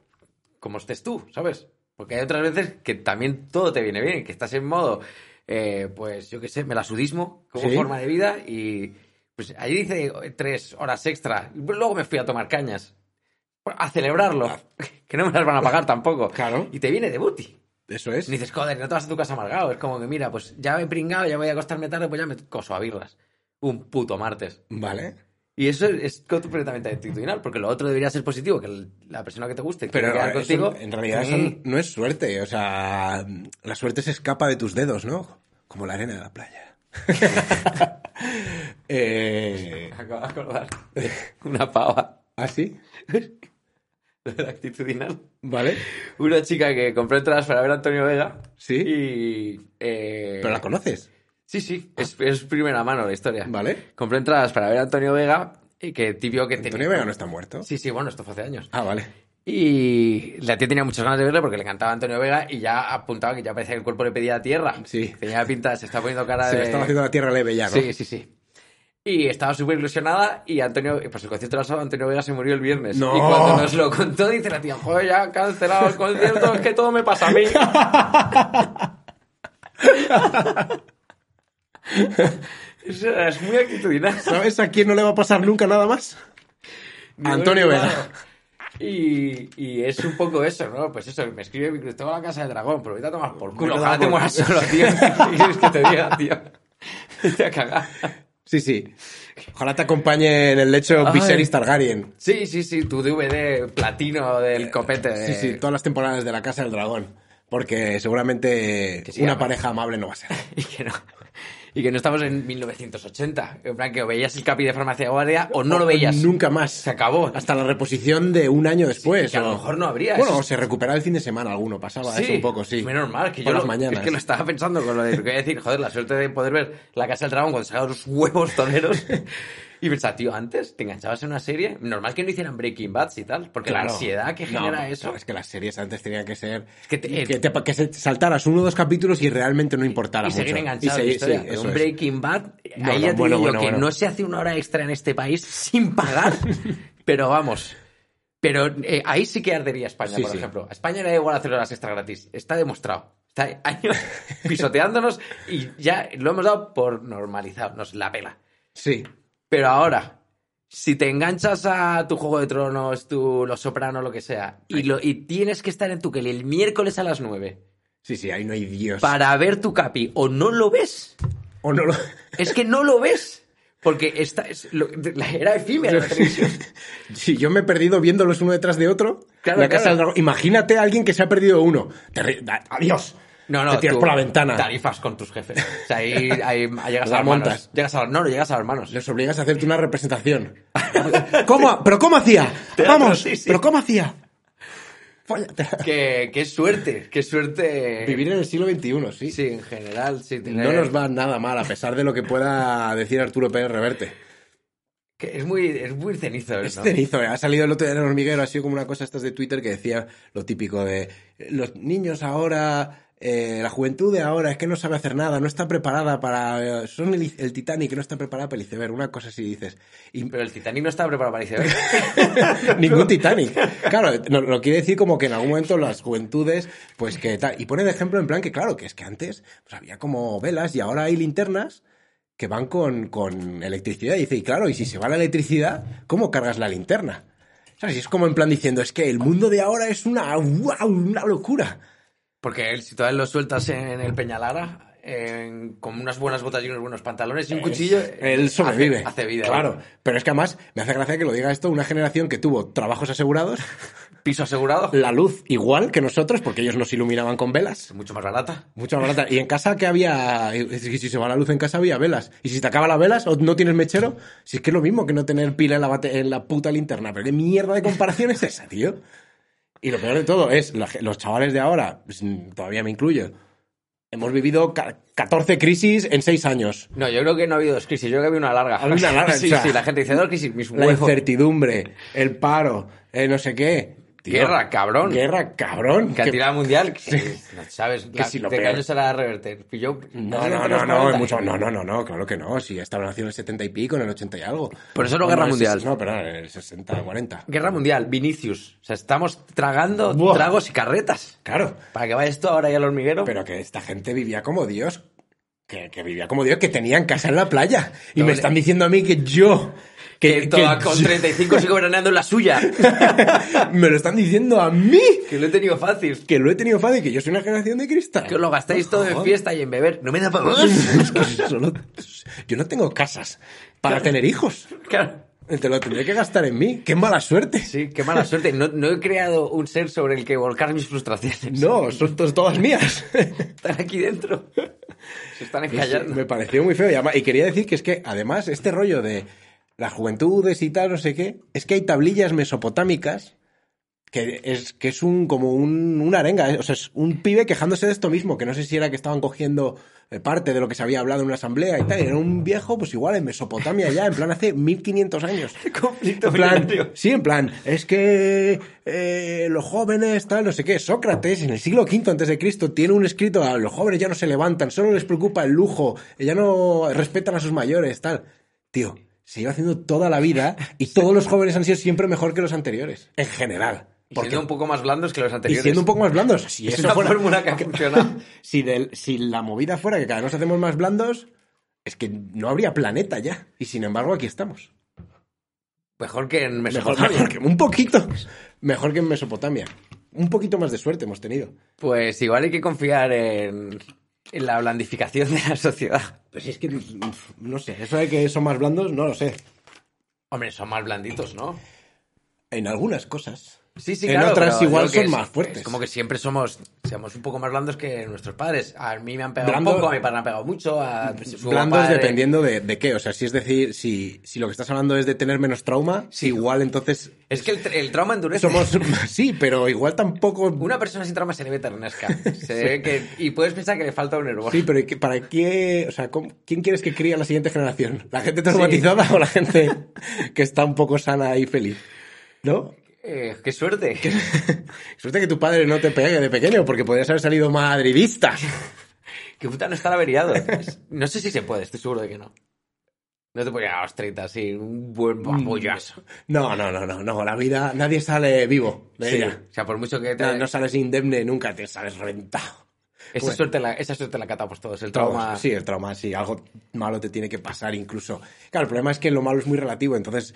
como estés tú, ¿sabes? Porque hay otras veces que también todo te viene bien, que estás en modo, eh, pues yo qué sé, melasudismo como
Sí.
forma de vida y pues ahí dice eh, tres horas extra, y luego me fui a tomar cañas a celebrarlo, que no me las van a pagar tampoco.
Ah. Claro.
Y te viene de booty.
Eso es.
Y dices, joder, no te vas a tu casa amargado. Es como que, mira, pues ya me he pringado, ya voy a acostarme tarde, pues ya me coso a birras. Un puto martes.
Vale.
Y eso es completamente actitudinal, porque lo otro debería ser positivo, que el- la persona que te guste quiere
Pero
quedar
eso,
contigo.
en realidad eso
Sí.
no es suerte, o sea, la suerte se escapa de tus dedos, ¿no? Como la arena de la playa. eh,
Acabo de acordar. Una pava.
¿Ah, sí?
lo del actitudinal.
¿Vale?
Una chica que compró entradas para ver a Antonio Vega.
Sí.
Y. eh,
Pero la conoces,
Sí, sí. Es, es primera mano la historia.
¿vale?
Compró entradas para ver a Antonio Vega. Y que típico que
Antonio
tenía-
Vega no está muerto.
Sí, sí, bueno, esto fue hace años.
Ah, vale.
Y la tía tenía muchas ganas de verle porque le cantaba Antonio Vega y ya apuntaba que ya parecía que el cuerpo le pedía tierra.
Sí.
Tenía pinta, se está poniendo cara
Se
de.
le estaba haciendo la tierra leve ya, ¿no?
Sí, sí, sí. Y estaba súper ilusionada y Antonio, pues el concierto era el sábado, Antonio Vega se murió el viernes.
No.
Y cuando nos lo contó, dice la tía, joder, ya han cancelado el concierto, es que todo me pasa a mí. es, es muy actitudinal.
¿Sabes a quién no le va a pasar nunca nada más? Antonio
Bueno,
Vega.
Y, y es un poco eso, ¿no? Pues eso, me escribe mi Cristóbal a la casa del dragón, pero ahorita tomas por culo,
Me
ojalá
da
te
por-
mueras solo, tío. ¿Qué quieres que te diga, tío? Te a cagar.
Sí, sí. Ojalá te acompañe en el lecho
Ay.
Viserys Targaryen.
Sí, sí, sí, tu DVD platino del copete. De...
Sí, sí, Eh, todas las temporadas de la Casa del Dragón. Porque seguramente
Que sí,
una
ama.
pareja amable no va a ser.
Y que no. Y que no estamos en 1980. En plan, que o veías el capi de farmacia de guardia o no lo veías.
Nunca más.
Se acabó.
Hasta la reposición de un año después.
que a lo
o-
mejor no habría.
Bueno,
Eso
o se recuperaba el fin de semana alguno, pasaba eso un poco, sí.
Menos mal, que
Por
yo
las
lo-
mañanas.
Es que lo estaba pensando con lo de lo que voy a decir, joder, la suerte de poder ver La Casa del Dragón cuando salgan los huevos toreros. y pensaba, tío, antes te enganchabas en una serie, normal que no hicieran Breaking Bad y tal, porque
Claro.
la ansiedad que
No,
genera
pero
eso.
es que las series antes tenían que ser.
que te-
pa- que se- saltaras uno o dos capítulos y realmente no importara
y
mucho.
seguir enganchado a la
seguir-
historia.
sí,
Pero
eso
un
es.
Breaking Bad,
No,
ahí
no,
ya te
bueno,
digo
bueno,
que
bueno.
no se hace una hora extra en este país sin pagar. pero vamos. Pero eh, ahí sí que ardería España,
Sí,
por
sí.
ejemplo. A España le da igual hacer horas extra gratis. Está demostrado. Está años pisoteándonos y ya lo hemos dado por normalizado. Nos la pela.
Sí.
Pero ahora, si te enganchas a tu Juego de Tronos, tu Los Soprano, lo que sea, y, lo, y tienes que estar en tu Kelly el miércoles a las 9
Sí, sí, ahí no hay Dios.
para ver tu capi o no lo ves,
O no lo-
es que no lo ves. Porque esta es lo- de- la era efímera la televisión.
Si yo me he perdido viéndolos uno detrás de otro.
Claro,
la casa
claro.
del dragón. Imagínate a alguien que se ha perdido uno. Te ri- da- Adiós.
No, no,
Te tiras
tú
por la ventana.
Tarifas con tus jefes. O sea, ahí, ahí llegas
La
a hermanos.
montas.
Llegas a, no, no, llegas a hermanos.
Les obligas a hacerte una representación. ¿Cómo? ¿Pero cómo hacía? Vamos,
sí, sí.
¿pero cómo hacía? Fóllate.
Qué, qué suerte, qué suerte.
Vivir en el siglo XXI, sí.
Sí, en general, sí. tener-
No nos va nada mal, a pesar de lo que pueda decir Arturo Pérez Reverte.
que es muy, es muy cenizo.
Es
¿no?
cenizo, eh. ha salido el otro día en el hormiguero, ha sido como una cosa estas de Twitter que decía lo típico de eh, los niños ahora, eh, la juventud de ahora es que no sabe hacer nada, no está preparada para... eh, son el, el Titanic, no está preparada para el iceberg, una cosa así dices. Y
Pero el Titanic no estaba preparado para ¿eh? iceberg.
ningún Titanic. Claro, no- lo quiere decir como que en algún momento las juventudes, pues que tal. Y pone de ejemplo en plan que, claro, que es que antes pues, había como velas y ahora hay linternas que van con, con electricidad. Y dice, y claro, y si se va la electricidad, ¿cómo cargas la linterna? ¿Sabes? Y es como en plan diciendo, es que el mundo de ahora es una, wow, una locura.
Porque él, si todavía lo sueltas en el Peñalara, en- con unas buenas botas y unos buenos pantalones y un cuchillo,
Eh,
eh,
Él sobrevive.
Hace, hace vida.
Claro. Pero es que además me hace gracia que lo diga esto una generación que tuvo trabajos asegurados,
Piso asegurado,
la luz igual que nosotros, porque ellos nos iluminaban con velas.
es mucho más barata.
Mucho más barata. Y en casa que había. es que Si se va la luz en casa había velas. Y si te acaba las velas o no tienes mechero, si es que es lo mismo que no tener pila en la, bate- en la puta linterna. Pero qué mierda de comparación es esa, tío. Y lo peor de todo es, la ge- los chavales de ahora, pues, mm, todavía me incluyo, hemos vivido ca- 14 crisis en 6 años.
No, yo creo que no ha habido dos crisis, yo creo que ha habido una larga.
habido una larga,
sí,
o sea,
sí, la gente dice dos crisis, mis
La
huevos.
incertidumbre, el paro, el no sé qué. Tío,
Guerra, cabrón.
Guerra, cabrón. Que-
Cantidad mundial, que, no sabes, la-
si lo
de qué
peor.
año será reverter. Pilló-
No, no,
reverter los
no, no,
40.
es mucho, no, no, no, no, claro que no. Si esta nació en el 70 y pico, en el 80 y algo.
Por eso no
No,
guerra
no, es-
mundial.
No, perdón, en el 60, 40.
Guerra mundial, Vinicius. O sea, estamos tragando
Buah.
tragos y carretas.
Claro,
Para que vaya esto ahora ya al hormiguero.
pero que esta gente vivía como Dios. Que, que vivía como Dios, que tenían casa en la playa. Y me
Doble.
están diciendo a mí que yo.
que,
Que,
toda-
que
con
yo-
35 sigo veraneando en la suya.
me lo están diciendo a mí.
que lo he tenido fácil.
Que lo he tenido fácil, que yo soy una generación de cristal.
Que os lo gastáis todo en
Joder.
fiesta y en beber. No me da para más.
Es que solo- yo no tengo casas para tener hijos.
Claro.
Te lo tendré que gastar en mí. Qué mala suerte.
Sí, qué mala suerte. No, no he creado un ser sobre el que volcar mis frustraciones.
No, son to- todas mías.
Están aquí dentro. Se están
Sí, sí,
encallando.
me pareció muy feo. Y, además- y quería decir que es que, además, este rollo de las juventudes y tal, no sé qué, es que hay tablillas mesopotámicas que es, que es un, como un, una arenga. ¿eh? O sea, es un pibe quejándose de esto mismo, que no sé si era que estaban cogiendo eh, parte de lo que se había hablado en una asamblea y tal. Y era un viejo, pues igual, en Mesopotamia ya, en plan hace 1500 años.
Conflicto
En plan,
milenario.
sí, en plan, es que eh, los jóvenes, tal, no sé qué, Sócrates en el siglo V antes de Cristo tiene un escrito, "Ah, a los jóvenes ya no se levantan, solo les preocupa el lujo, ya no respetan a sus mayores, tal. tío, se lleva haciendo toda la vida y todos los jóvenes han sido siempre mejor que los anteriores, en general.
Y
Porque
siendo un poco más blandos que los
y
anteriores.
siendo un poco más blandos. Si
Es
eso
una
fuera-
fórmula que ha funcionado.
si, del- si la movida fuera que cada vez nos hacemos más blandos, es que no habría planeta ya. Y sin embargo, aquí estamos.
Mejor que en
Mejor,
Mesopotamia.
mejor que un poquito. Mejor que en Mesopotamia. Un poquito más de suerte hemos tenido.
Pues igual hay que confiar en, en la blandificación de la sociedad.
Pues es que, uf, no sé, eso de que son más blandos, no lo sé.
Hombre, son más blanditos, ¿no?
En algunas cosas.
Sí, sí,
En
claro.
otras
pero
igual
digo que
son
es-
más fuertes.
es como que siempre somos, seamos un poco más blandos que nuestros padres. A mí me han pegado
Blando-
un poco, a mi padre me han pegado mucho, a su
Blandos
padre-
dependiendo de, de qué. O sea, si es decir, si, si lo que estás hablando es de tener menos trauma, igual entonces
Es que el, tra- el trauma endurece.
somos... sí, pero igual tampoco...
Una persona sin trauma se le ve ternesca. Se ve que... Y puedes pensar que le falta un hervor.
Sí, pero ¿y qué- ¿para qué? O sea, ¿cómo- ¿quién quieres que críe a la siguiente generación? ¿La gente traumatizada o la gente que está un poco sana y feliz? ¿No?
Eh, ¡Qué suerte!
Suerte que tu padre no te pegue de pequeño, porque podrías haber salido madridista.
Que puta no estar averiado. No sé si se puede, estoy seguro de que no. No te puedes ir a las 30 así, un
Mm,
buen babollazo.
No, no, no, no, no. La vida, nadie sale vivo de
Sí.
ella.
O sea, por mucho que te...
No, no sales indemne nunca, te sales reventado.
esa,
bueno.
suerte la, esa suerte la catamos todos, el trauma.
Sí, el trauma, sí. Algo malo te tiene que pasar incluso. Claro, el problema es que lo malo es muy relativo, entonces...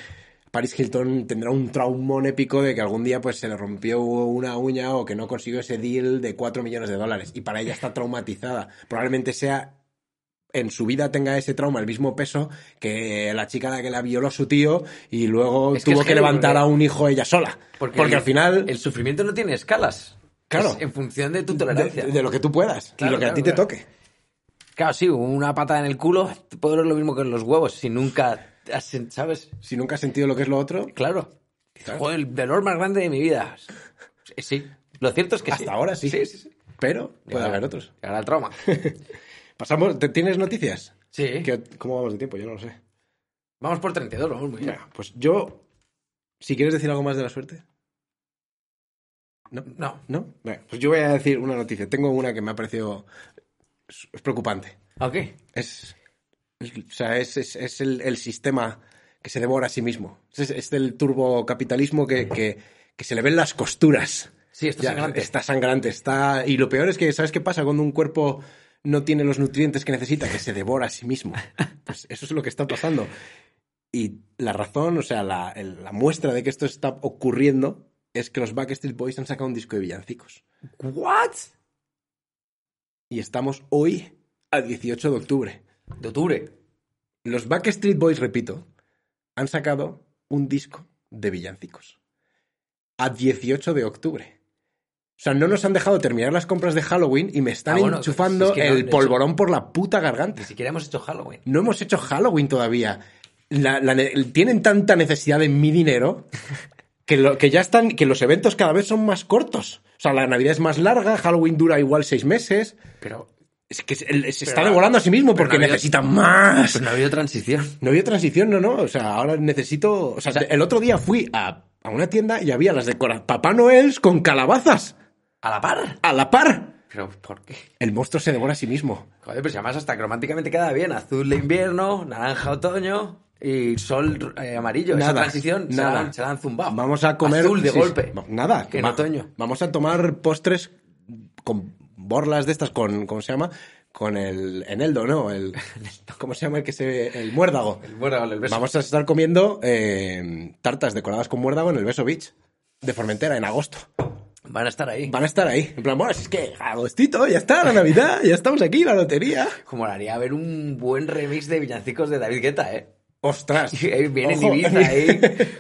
Paris Hilton tendrá un traumón épico de que algún día pues se le rompió una uña o que no consiguió ese deal de 4 millones de dólares y para ella está traumatizada. Probablemente sea en su vida tenga ese trauma el mismo peso que la chica a la que la violó su tío y luego
Es que
tuvo
es
que,
heavy,
levantar
porque-
a un hijo ella sola. Porque,
el-
al final
El sufrimiento no tiene escalas.
Claro.
Es en función de tu
de,
tolerancia.
de lo que tú puedas y
Claro,
lo que a
claro,
ti te
claro.
toque.
Claro, sí, una patada en el culo puede ser lo mismo que en los huevos. Si nunca, has- ¿sabes?
Si nunca has sentido lo que es lo otro,
Claro. Joder, el dolor más grande de mi vida. Sí. Lo cierto es que sí.
Hasta ahora sí.
Sí, sí, sí.
pero puede
Ahora-
haber otros.
Ahora el trauma.
Pasamos, ¿te- ¿tienes noticias?
Sí.
¿Qué- ¿Cómo vamos de tiempo? Yo no lo sé.
Vamos por 32, vamos muy bien.
Venga, pues yo, si quieres decir algo más de la suerte,
No.
¿no? Venga, pues yo voy a decir una noticia. Tengo una que me ha parecido es- es preocupante.
Ok.
Es, es- o sea, es, es- es el, el sistema que se devora a sí mismo. Es, es del turbocapitalismo que, que, que se le ven las costuras.
Sí, está
Ya,
sangrante.
Está sangrante, está... Y lo peor es que, ¿sabes qué pasa cuando un cuerpo no tiene los nutrientes que necesita? Que se devora a sí mismo. Pues eso es lo que está pasando. Y la razón, o sea, la, el- la muestra de que esto está ocurriendo es que los Backstreet Boys han sacado un disco de villancicos.
¿What?
Y estamos hoy a 18 de octubre.
De octubre.
Los Backstreet Boys, repito, han sacado un disco de villancicos. A 18 de octubre. O sea, no nos han dejado terminar las compras de Halloween y me están
Ah, bueno,
enchufando
es que no, de
el
hecho-
polvorón por la puta garganta.
Ni siquiera hemos hecho Halloween.
No hemos hecho Halloween todavía. La- la ne- tienen tanta necesidad de mi dinero que, lo- que ya están, que los eventos cada vez son más cortos. O sea, la Navidad es más larga, Halloween dura igual seis meses.
Pero,
Es que se, el- se
Pero
está
la-
devorando a sí mismo
pero
porque
Navidad-
necesitan más.
pero no ha habido transición.
No había transición, no, no. O sea, ahora necesito. O sea, el otro día fui a, a una tienda y había las decoras. Papá Noel con calabazas.
A la par.
A la par.
Pero, ¿por qué?
El monstruo se devora a sí mismo.
Joder, pero si además hasta cromáticamente queda bien. Azul de invierno, naranja otoño y sol eh, amarillo. Esa
Nada,
transición se la
nada.
han- se la han zumbado.
Vamos a comer.
Ah, Azul de
sí,
golpe.
sí, Nada.
Que en
va-
otoño.
Vamos a tomar postres con borlas de estas, con. ¿Cómo se llama? Con el eneldo, ¿no? El, ¿Cómo se llama el que se. El muérdago.
El bueno, el beso.
Vamos a estar comiendo eh, tartas decoradas con muérdago en el Beso Beach de Formentera en agosto.
Van a estar ahí.
van a estar ahí. En plan, bueno, si es que agostito, ya está, la Navidad, ya estamos aquí, la lotería.
Como haría ver un buen remix de villancicos de David Guetta, ¿eh?
Ostras.
Eh, Viene
Ojo.
Ibiza ahí,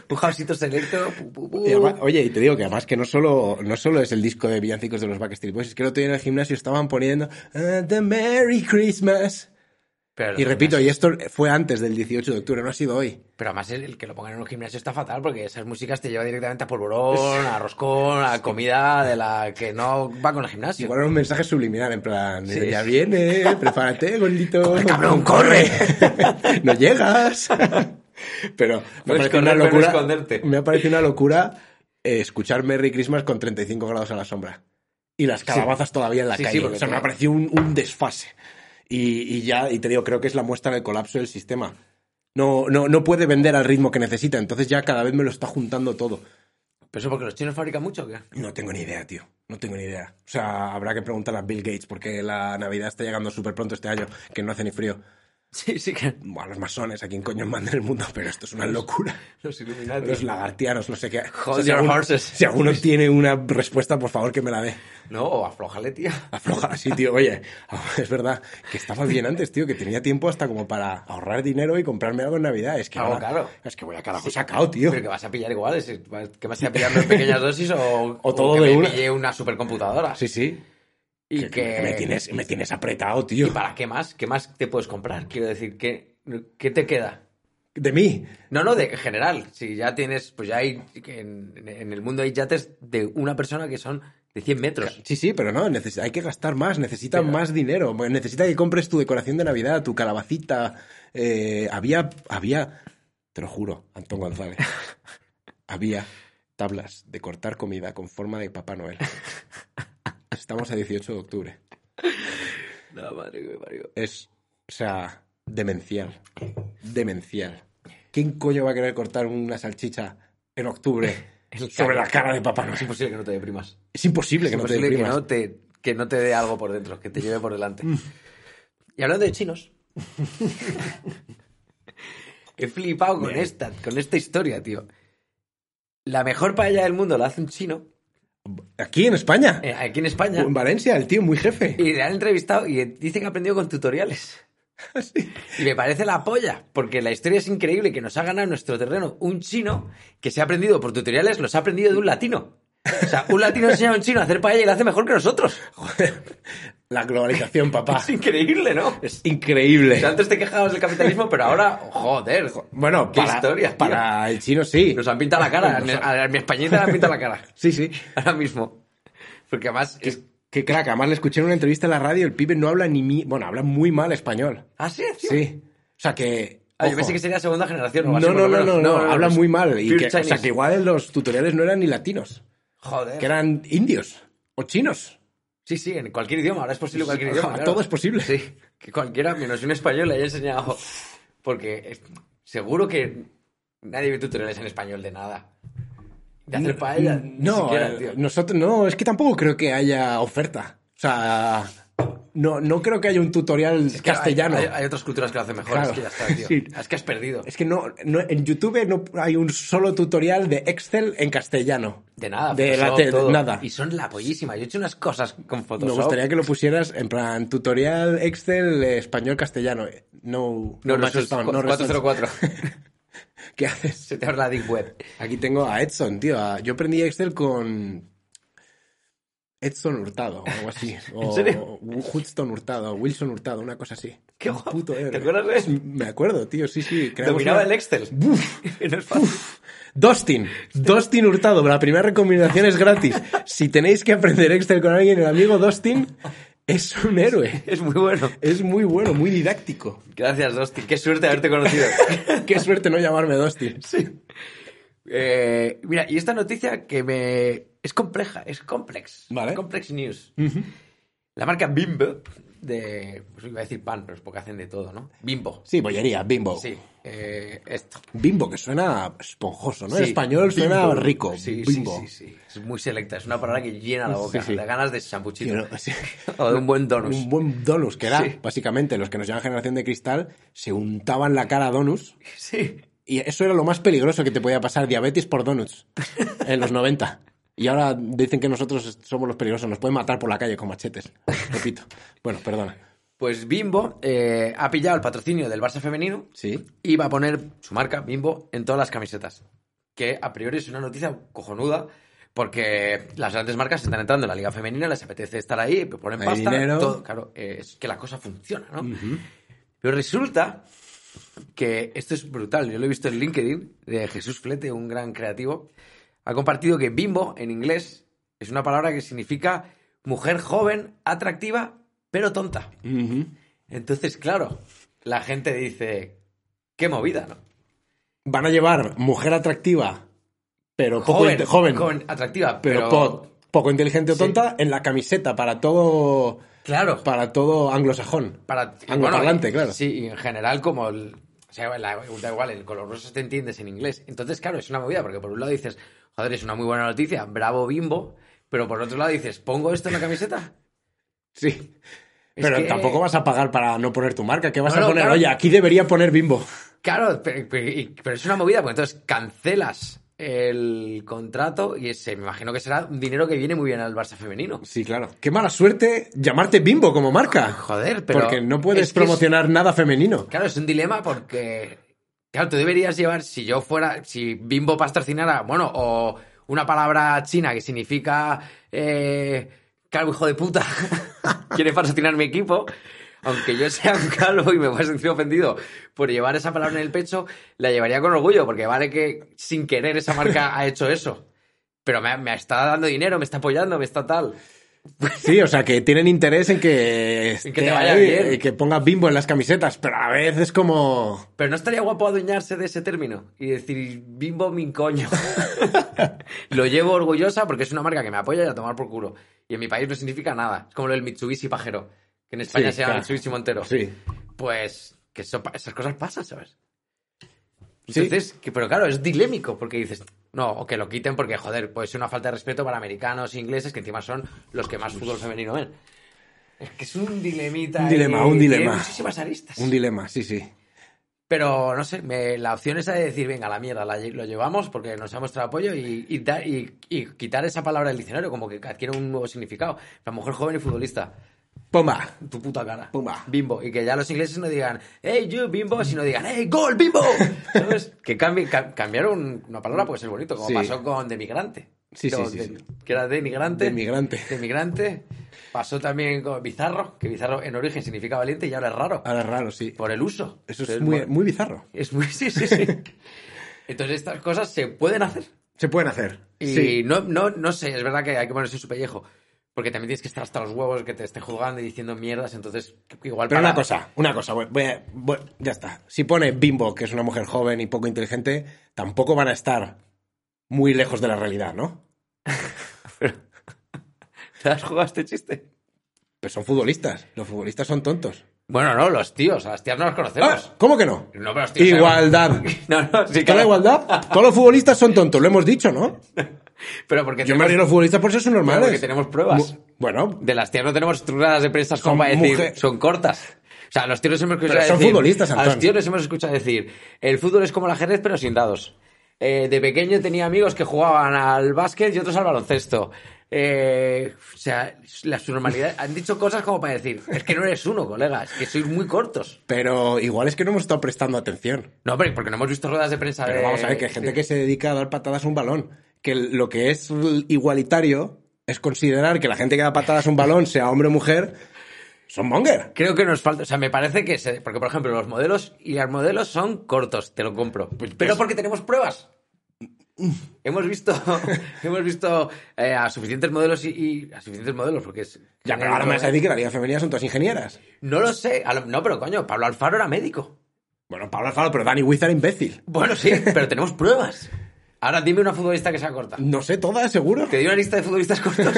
un jausito selecto. pu, pu, pu.
Y además- oye, y te digo que además que no solo, no solo es el disco de villancicos de los Backstreet Boys, es que el otro día en el gimnasio estaban poniendo "Ah, The Merry Christmas.
Pero-
Y repito, y esto fue antes del 18 de octubre, no ha sido hoy.
Pero además el, el que lo pongan en un gimnasio está fatal porque esas músicas te llevan directamente a polvorón, a roscón, a comida de la que no va con el gimnasio.
Igual era un mensaje subliminal, en plan,
Sí.
ya viene, prepárate, gordito.
Corre, cabrón, corre.
no llegas. pero me parece una
Puedes correr, pero
locura.
esconderte.
Me ha parecido una locura eh, escuchar Merry Christmas con 35 grados a la sombra. Y las calabazas todavía en la
Sí, sí,
calle.
porque
o sea, me
claro.
ha parecido un, un desfase. Y, y ya, y te digo, creo que es la muestra del colapso del sistema. no, no, no puede vender al ritmo que necesita. Entonces ya cada vez me lo está juntando todo.
¿Pero eso porque los chinos fabrican mucho o qué?
No tengo ni idea, tío. No tengo ni idea. O sea, habrá que preguntar a Bill Gates porque la Navidad está llegando súper pronto este año, que no hace ni frío.
Sí, sí que.
Bueno, a los masones, a quien coño manda el mundo, pero esto es una locura.
Los Illuminati.
Los lagartianos, no sé qué.
Hold
si,
your
alguno,
horses.
si alguno tiene una respuesta, por favor que me la dé.
No, aflojale, tía.
Afloja así, tío. Oye, es verdad que estaba bien antes, tío, que tenía tiempo hasta como para ahorrar dinero y comprarme algo en Navidad. Es que
Claro,
ahora-
claro.
Es que voy a carajo sacado, tío.
Pero que vas a pillar igual, es- que vas a pillar en pequeñas dosis o,
todo
que
de
me
una.
pille una supercomputadora.
Sí, sí.
y
Que, que me, tienes, me tienes apretado, tío.
¿Y para qué más? ¿Qué más te puedes comprar? Quiero decir, ¿qué, qué te queda?
De mí.
No, no, de en general. Si ya tienes, pues ya hay, en, en el mundo hay yates de una persona que son de 100 metros.
Sí, sí, pero no, neces- hay que gastar más, necesita
Pero-
más dinero. Bueno, Necesita que compres tu decoración de Navidad, tu calabacita. eh, había, había, te lo juro, Antón González, había tablas de cortar comida con forma de Papá Noel. Estamos a 18 de octubre.
La madre que me parió.
Es, o sea, demencial. Demencial. ¿Quién coño va a querer cortar una salchicha en octubre
El
sobre
caño.
la cara de Papá
Es
Noel?
imposible que no te deprimas.
Es imposible
Es
que no te
imposible que
deprimas. Mm.
no te, que no te dé algo por dentro, que te lleve por delante. Y hablando de chinos. he flipado con
Bien.
esta, con esta historia, tío. La mejor paella del mundo la hace un chino,
Aquí en España.
eh, aquí en España.
En Valencia, el tío muy jefe.
Y le han entrevistado y dice que ha aprendido con tutoriales. Y me parece la polla, porque la historia es increíble que nos ha ganado en nuestro terreno un chino que se ha aprendido por tutoriales, los ha aprendido de un latino. O sea, un latino enseña a un chino a hacer paella y lo hace mejor que nosotros.
La globalización, papá.
Ah. Es increíble, ¿no?
Es increíble.
O sea, antes te quejabas del capitalismo, pero ahora, joder.
Bueno,
qué
para,
historia. tío.
para el chino sí.
Nos han pintado la cara. A, a mi españita le han pintado la cara.
Sí, sí.
Ahora mismo. Porque además. Es...
Qué crack. Además, le escuché en una entrevista en la radio. El pibe no habla ni. mi- Bueno, habla muy mal español.
¿Ah, sí? tío?
Sí. O sea que.
Ah, yo
ojo.
pensé que sería segunda generación. o
No,
algo así,
no,
por
no,
lo
no,
menos.
no, Habla
no,
muy mal. Y
Pure
que- o sea
Chinese.
que igual en los tutoriales no eran ni latinos,
Joder.
que eran indios o chinos.
Sí, sí, en cualquier idioma. Ahora es posible cualquier idioma. claro.
Todo es posible.
Sí, que cualquiera, menos un español, le haya enseñado. Porque eh, seguro que nadie ve tutoriales en español de nada. De hacer paella. ni
No,
siquiera,
eh,
tío.
nosotros no, es que tampoco creo que haya oferta. O sea, no, no creo que haya un tutorial
Es que
castellano.
Hay, hay- hay otras culturas que lo hacen mejor.
Claro.
Es que ya está, tío.
Sí.
Es que has perdido.
Es que no, no- en YouTube no hay un solo tutorial de Excel en castellano.
De nada.
De
Photoshop,
la te-
todo.
nada.
Y son la pollísima. Yo he hecho unas cosas con Photoshop.
Me gustaría que lo pusieras en plan tutorial Excel eh, español castellano. No,
No,
matches
results,
found,
cu-
no results.
404.
¿Qué haces?
Se te abre la deep web.
Aquí tengo a Edson, tío. a- Yo aprendí Excel con Edson Hurtado o algo así. o
serio?
Hudson Hurtado, Wilson Hurtado, una cosa así.
Qué guapo.
Puto héroe.
¿Te acuerdas de eso?
Me acuerdo, tío, sí, sí. creamos
Dominaba
una-
el Excel.
Buf.
No es fácil.
Dustin, Dustin Hurtado, la primera recomendación es gratis. Si tenéis que aprender Excel con alguien, el amigo Dustin es un héroe.
Es muy bueno.
Es muy bueno, muy didáctico.
Gracias, Dustin. Qué suerte haberte conocido.
Qué suerte no llamarme Dustin.
Eh, mira, y esta noticia que me... Es compleja, es complex.
Vale.
Complex news. La marca Bimbo, de... Pues iba a decir pan, pero es porque hacen de todo, ¿no? Bimbo.
Sí, bollería, bimbo.
Sí. eh, esto.
Bimbo, que suena esponjoso, ¿no? En
Sí,
español suena
bimbo.
rico.
Sí, sí,
bimbo.
Sí, sí, Es muy selecta. Es una palabra que llena la boca.
Sí, sí.
Da ganas de champuchito.
Tío, no, sí.
O de un buen donus.
Un buen donus, que era,
Sí.
básicamente, los que nos llaman generación de cristal, se untaban la cara a donuts.
Sí.
Y eso era lo más peligroso que te podía pasar, diabetes por donuts, en los 90. Y ahora dicen que nosotros somos los peligrosos, nos pueden matar por la calle con machetes. Repito. Bueno, perdona.
Pues Bimbo eh, ha pillado el patrocinio del Barça femenino
Sí.
y va a poner su marca Bimbo en todas las camisetas. Que a priori es una noticia cojonuda porque las grandes marcas están entrando en la liga femenina, les apetece estar ahí, ponen
Hay
pasta,
dinero.
todo. Claro, eh, es que la cosa funciona, ¿no? Pero resulta que esto es brutal. Yo lo he visto en LinkedIn de Jesús Flete, un gran creativo. Ha compartido que bimbo en inglés es una palabra que significa mujer joven, atractiva, pero tonta.
Ujú.
Entonces, claro, la gente dice, qué movida, ¿no?
Van a llevar mujer atractiva, pero poco inte- joven,
atractiva,
pero,
pero,
po- poco inteligente o
Sí.
tonta, en la camiseta para todo,
claro,
para todo anglosajón.
para
angloparlante,
y-
claro.
Sí, y en general como el- o sea, sea, la- da igual, el color rosa te entiendes en inglés. Entonces, claro, es una movida, porque por un lado dices, joder, es una muy buena noticia, bravo bimbo, pero por otro lado dices, ¿pongo esto en la camiseta?
Sí.
Es
Pero
que-
tampoco vas a pagar para no poner tu marca. ¿Qué vas
No,
a
no,
poner?
claro.
Oye, aquí debería poner bimbo.
Claro, pero, pero- y- pero es una movida, porque entonces cancelas el contrato y se me imagino que será un dinero que viene muy bien al Barça femenino.
Sí, claro. Qué mala suerte llamarte bimbo como marca.
Ah, Joder, pero...
porque no puedes
es que es-
promocionar nada femenino.
Claro, es un dilema porque. Claro, tú deberías llevar, si yo fuera, si Bimbo patrocinara, bueno, o una palabra china que significa eh, calvo hijo de puta, quiere patrocinar mi equipo, aunque yo sea un calvo y me voy a sentir ofendido por llevar esa palabra en el pecho, la llevaría con orgullo, porque vale que sin querer esa marca ha hecho eso. Pero me, me está dando dinero, me está apoyando, me está tal.
Sí, o sea, que tienen interés en que,
En que te
esté
vaya
ahí,
bien.
eh, que pongas bimbo en las camisetas, pero a veces es como...
Pero no estaría guapo adueñarse de ese término y decir bimbo mi coño. lo llevo orgullosa porque es una marca que me apoya y a tomar por culo. Y en mi país no significa nada. Es como lo del Mitsubishi pajero, que en España
Sí,
se llama
claro.
Mitsubishi Montero.
Sí.
Pues que eso pa- esas cosas pasan, ¿sabes?
Sí.
Entonces, que, pero claro, es dilémico porque dices, no, o que lo quiten porque, joder, pues es una falta de respeto para americanos e ingleses que encima son los que más fútbol femenino ven. Es que es un dilemita.
Pues Un dilema,
ahí,
un
tiene
dilema.
muchísimas aristas.
Un dilema, sí, sí.
Pero no sé, me- la opción esa de decir, venga, la mierda, la lle- lo llevamos porque nos ha mostrado apoyo y, y da- y- y quitar esa palabra del diccionario, como que adquiere un nuevo significado. La mujer joven y futbolista,
Pumba.
tu puta cara.
Pumba.
Bimbo. Y que ya los ingleses no digan, hey, you, bimbo, sino digan, hey, gol, bimbo. ¿Sabes? Que cambie- ca- cambiar un- una palabra puede ser bonito, como
Sí.
pasó con demigrante.
Sí, sí,
No,
sí,
de-
sí.
Que era denigrante.
De migrante.
Demigrante. Pasó también con bizarro, que bizarro en origen significa valiente y ahora es raro.
Ahora es raro, sí.
Por el uso.
Ah. Eso es
Entonces,
muy,
Pues bueno,
muy bizarro.
es muy, sí, sí, sí. Entonces estas cosas se pueden hacer.
Se pueden hacer.
Y
Sí.
no, no, no sé, es verdad que hay que ponerse en su pellejo. Porque también tienes que estar hasta los huevos que te estén juzgando y diciendo mierdas, entonces igual
Pero
para-
una cosa, una cosa, voy- voy a- voy- ya está. Si pone Bimbo, que es una mujer joven y poco inteligente, tampoco van a estar muy lejos de la realidad, ¿no?
¿Te has jugado a este chiste?
Pero son futbolistas, los futbolistas son tontos.
Bueno, no, los tíos, a las tías no los conocemos.
Ah, ¿Cómo que no?
No, pero los tíos...
Igualdad.
No, no, sí que...
¿Toda la igualdad? Todos los futbolistas son tontos, lo hemos dicho, ¿no?
Pero porque,
Yo me
tenemos,
río de los futbolistas por eso son normales.
porque tenemos pruebas.
Mu- Bueno,
De las tías no tenemos estructuras de prensa
Son
como para decir,
mujer-
son cortas. O sea, a los tíos les hemos escuchado
Pero son
decir,
futbolistas,
A los
Antón.
tíos les hemos escuchado decir, el fútbol es como el ajedrez pero sin dados. Eh, de pequeño tenía amigos que jugaban al básquet y otros al baloncesto. Eh, o sea, la normalidad han dicho cosas como para decir, es que no eres uno, colegas, que sois muy cortos.
pero igual es que no hemos estado prestando atención.
No, hombre, porque no hemos visto ruedas de prensa
Pero
de-
vamos a ver, que hay gente que se dedica a dar patadas a un balón. Que lo que es igualitario es considerar que la gente que da patadas a un balón, sea hombre o mujer, son monger.
Creo que nos falta, o sea, me parece que, se- porque por ejemplo, los modelos y las modelos son cortos, te lo compro.
Pues,
pero porque tenemos pruebas. hemos visto, hemos visto eh, a suficientes modelos y, y- a suficientes modelos porque es
Ya, pero ahora me vas a decir que la liga femenina son todas ingenieras.
no lo sé, a lo- no, pero coño, Pablo Alfaro era médico.
Bueno, Pablo Alfaro, pero Dani Wizard imbécil.
Bueno, sí, pero tenemos pruebas. Ahora dime una futbolista que sea corta.
No sé, todas, seguro.
Te di una lista de futbolistas cortos.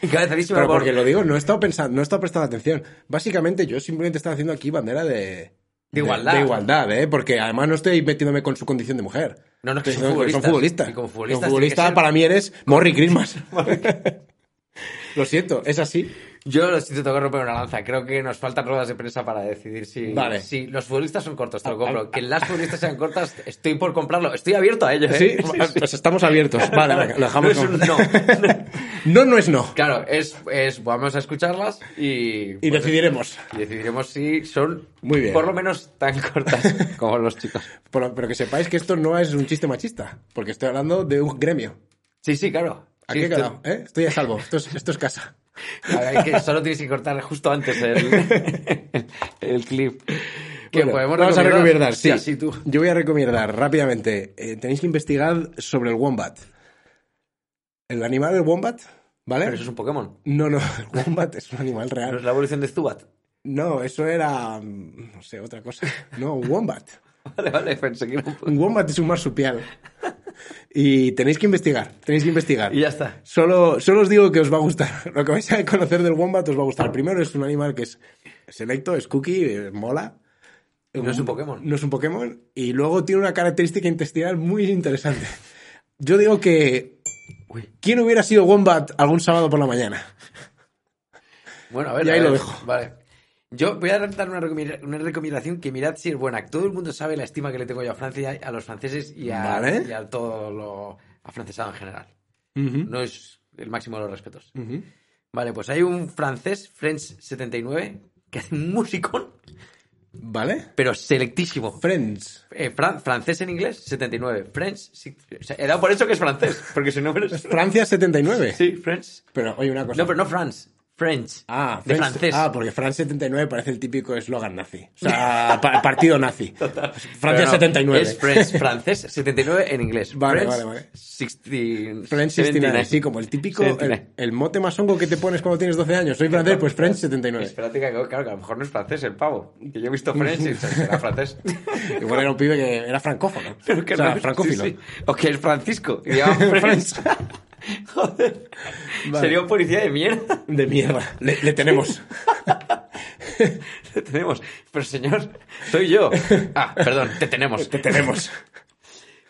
Encabezadísima
Pero
por-
porque lo digo, no he estado pensando, no he estado prestando atención. Básicamente, yo simplemente estaba haciendo aquí bandera de.
igualdad.
De, igualdad, ¿eh? Porque además no estoy metiéndome con su condición de mujer.
No, no, es que
Estoy
son
diciendo
futbolistas.
futbolistas.
Y como futbolistas
Como
tiene que
futbolista,
ser-
para mí eres Morri Christmas. lo siento, es así.
Yo lo siento, tengo que romper una lanza. Creo que nos faltan ruedas de prensa para decidir si,
Vale. Ah,
si los futbolistas son cortos, te lo compro. Que las futbolistas sean cortas, estoy por comprarlo. Estoy abierto a ello, ¿eh?
Sí, pues estamos abiertos. Vale, venga, lo
No
dejamos.
es un
como-
no.
no, no es no.
Claro, es, es- vamos a escucharlas y,
Y
pues,
decidiremos.
y decidiremos si son
Muy bien.
por lo menos tan cortas como los chicos.
Pero, pero que sepáis que esto no es un chiste machista, porque estoy hablando de un gremio.
Sí, sí, claro.
Aquí
Sí,
he quedado, ¿eh? Estoy a salvo. Esto es, esto es casa.
A ver, que solo tienes que cortar justo antes el, el clip. Que
Bueno,
podemos
vamos a recomendar, sí.
Hostia, tú.
Yo voy a recomendar rápidamente. Eh, tenéis que investigar sobre el wombat. El animal del wombat, ¿vale?
Pero eso es un Pokémon.
No, no, el wombat es un animal
No es
real.
la evolución de Zubat.
No, eso era, mm, no sé, otra cosa. No, un wombat.
Vale, vale, pues pensé que era un
Un wombat es un marsupial. Y tenéis que investigar, tenéis que investigar.
Y ya está.
Solo, solo os digo que os va a gustar. Lo que vais a conocer del wombat os va a gustar. Primero es un animal que es selecto, es cookie, eh, mola.
No es un Pokémon.
No es un Pokémon. Y luego tiene una característica intestinal muy interesante. Yo digo que.
Uy.
¿Quién hubiera sido Wombat algún sábado por la mañana?
Bueno, a ver.
Y
a
ahí
ver.
lo dejo.
Vale. Yo voy a dar una, recomi- una recomendación que mirad si es buena. Todo el mundo sabe la estima que le tengo yo a Francia, a los franceses y a,
Vale.
y a todo lo afrancesado en general.
Ujú,
No es el máximo de los respetos.
ujú.
Vale, pues hay un francés, French79, que hace un musicón,
¿Vale?
pero selectísimo.
Friends.
Eh, fran- francés en inglés, 79. French, sí, o sea, he dado por eso que es francés, porque su nombre es...
Francia 79.
Sí, French.
Pero oye, una cosa.
No, pero no France, French.
Ah,
de
Friends-
francés.
Ah, porque France 79 parece el típico eslogan nazi. O sea, pa- partido nazi. Francia
Pero no,
79.
Es French, francés 79 en inglés.
Vale,
French
vale, vale.
16
Friends 69,
79.
sí, como el típico, el,
79.
el mote más hongo que te pones cuando tienes 12 años. Soy francés, pues Friends 79.
Espérate que, claro, que a lo mejor no es francés el pavo. Que yo he visto French y será francés.
Igual era un pibe que era francófono.
Pero que
o sea,
no es-
francófilo.
sí, sí. O que es Francisco. Y llama French. Joder.
Vale.
Sería un policía de mierda.
De mierda. Le, le tenemos.
Te tenemos. Pero señor, soy yo. Ah, perdón, te tenemos.
Te tenemos.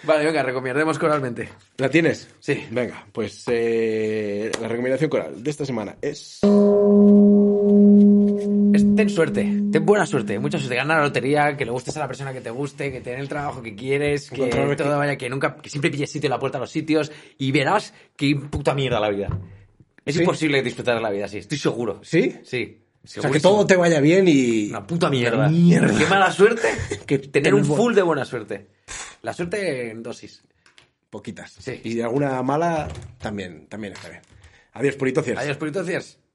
Vale, venga, recomendemos coralmente.
¿La tienes?
Sí.
Venga, pues eh, la recomendación coral de esta semana es...
Es- Ten suerte, ten buena suerte, mucha suerte. Gana la lotería, que le gustes a la persona que te guste, que te den el trabajo que quieres, que
Encontrar-
todo vaya, que nunca, que siempre pilles sitio en la puerta a los sitios y verás que puta mierda la vida. Es
¿Sí?
imposible disfrutar de la vida así, estoy seguro.
¿Sí?
Sí.
O sea, que todo te vaya bien y...
Una puta mierda.
Mierda.
Qué mala suerte
Que
que
tener
tener un
bu-
full de buena suerte. La suerte en dosis.
Poquitas.
Sí.
Y de alguna mala también, también está bien. Adiós, purito
Adiós, Purito Ciers.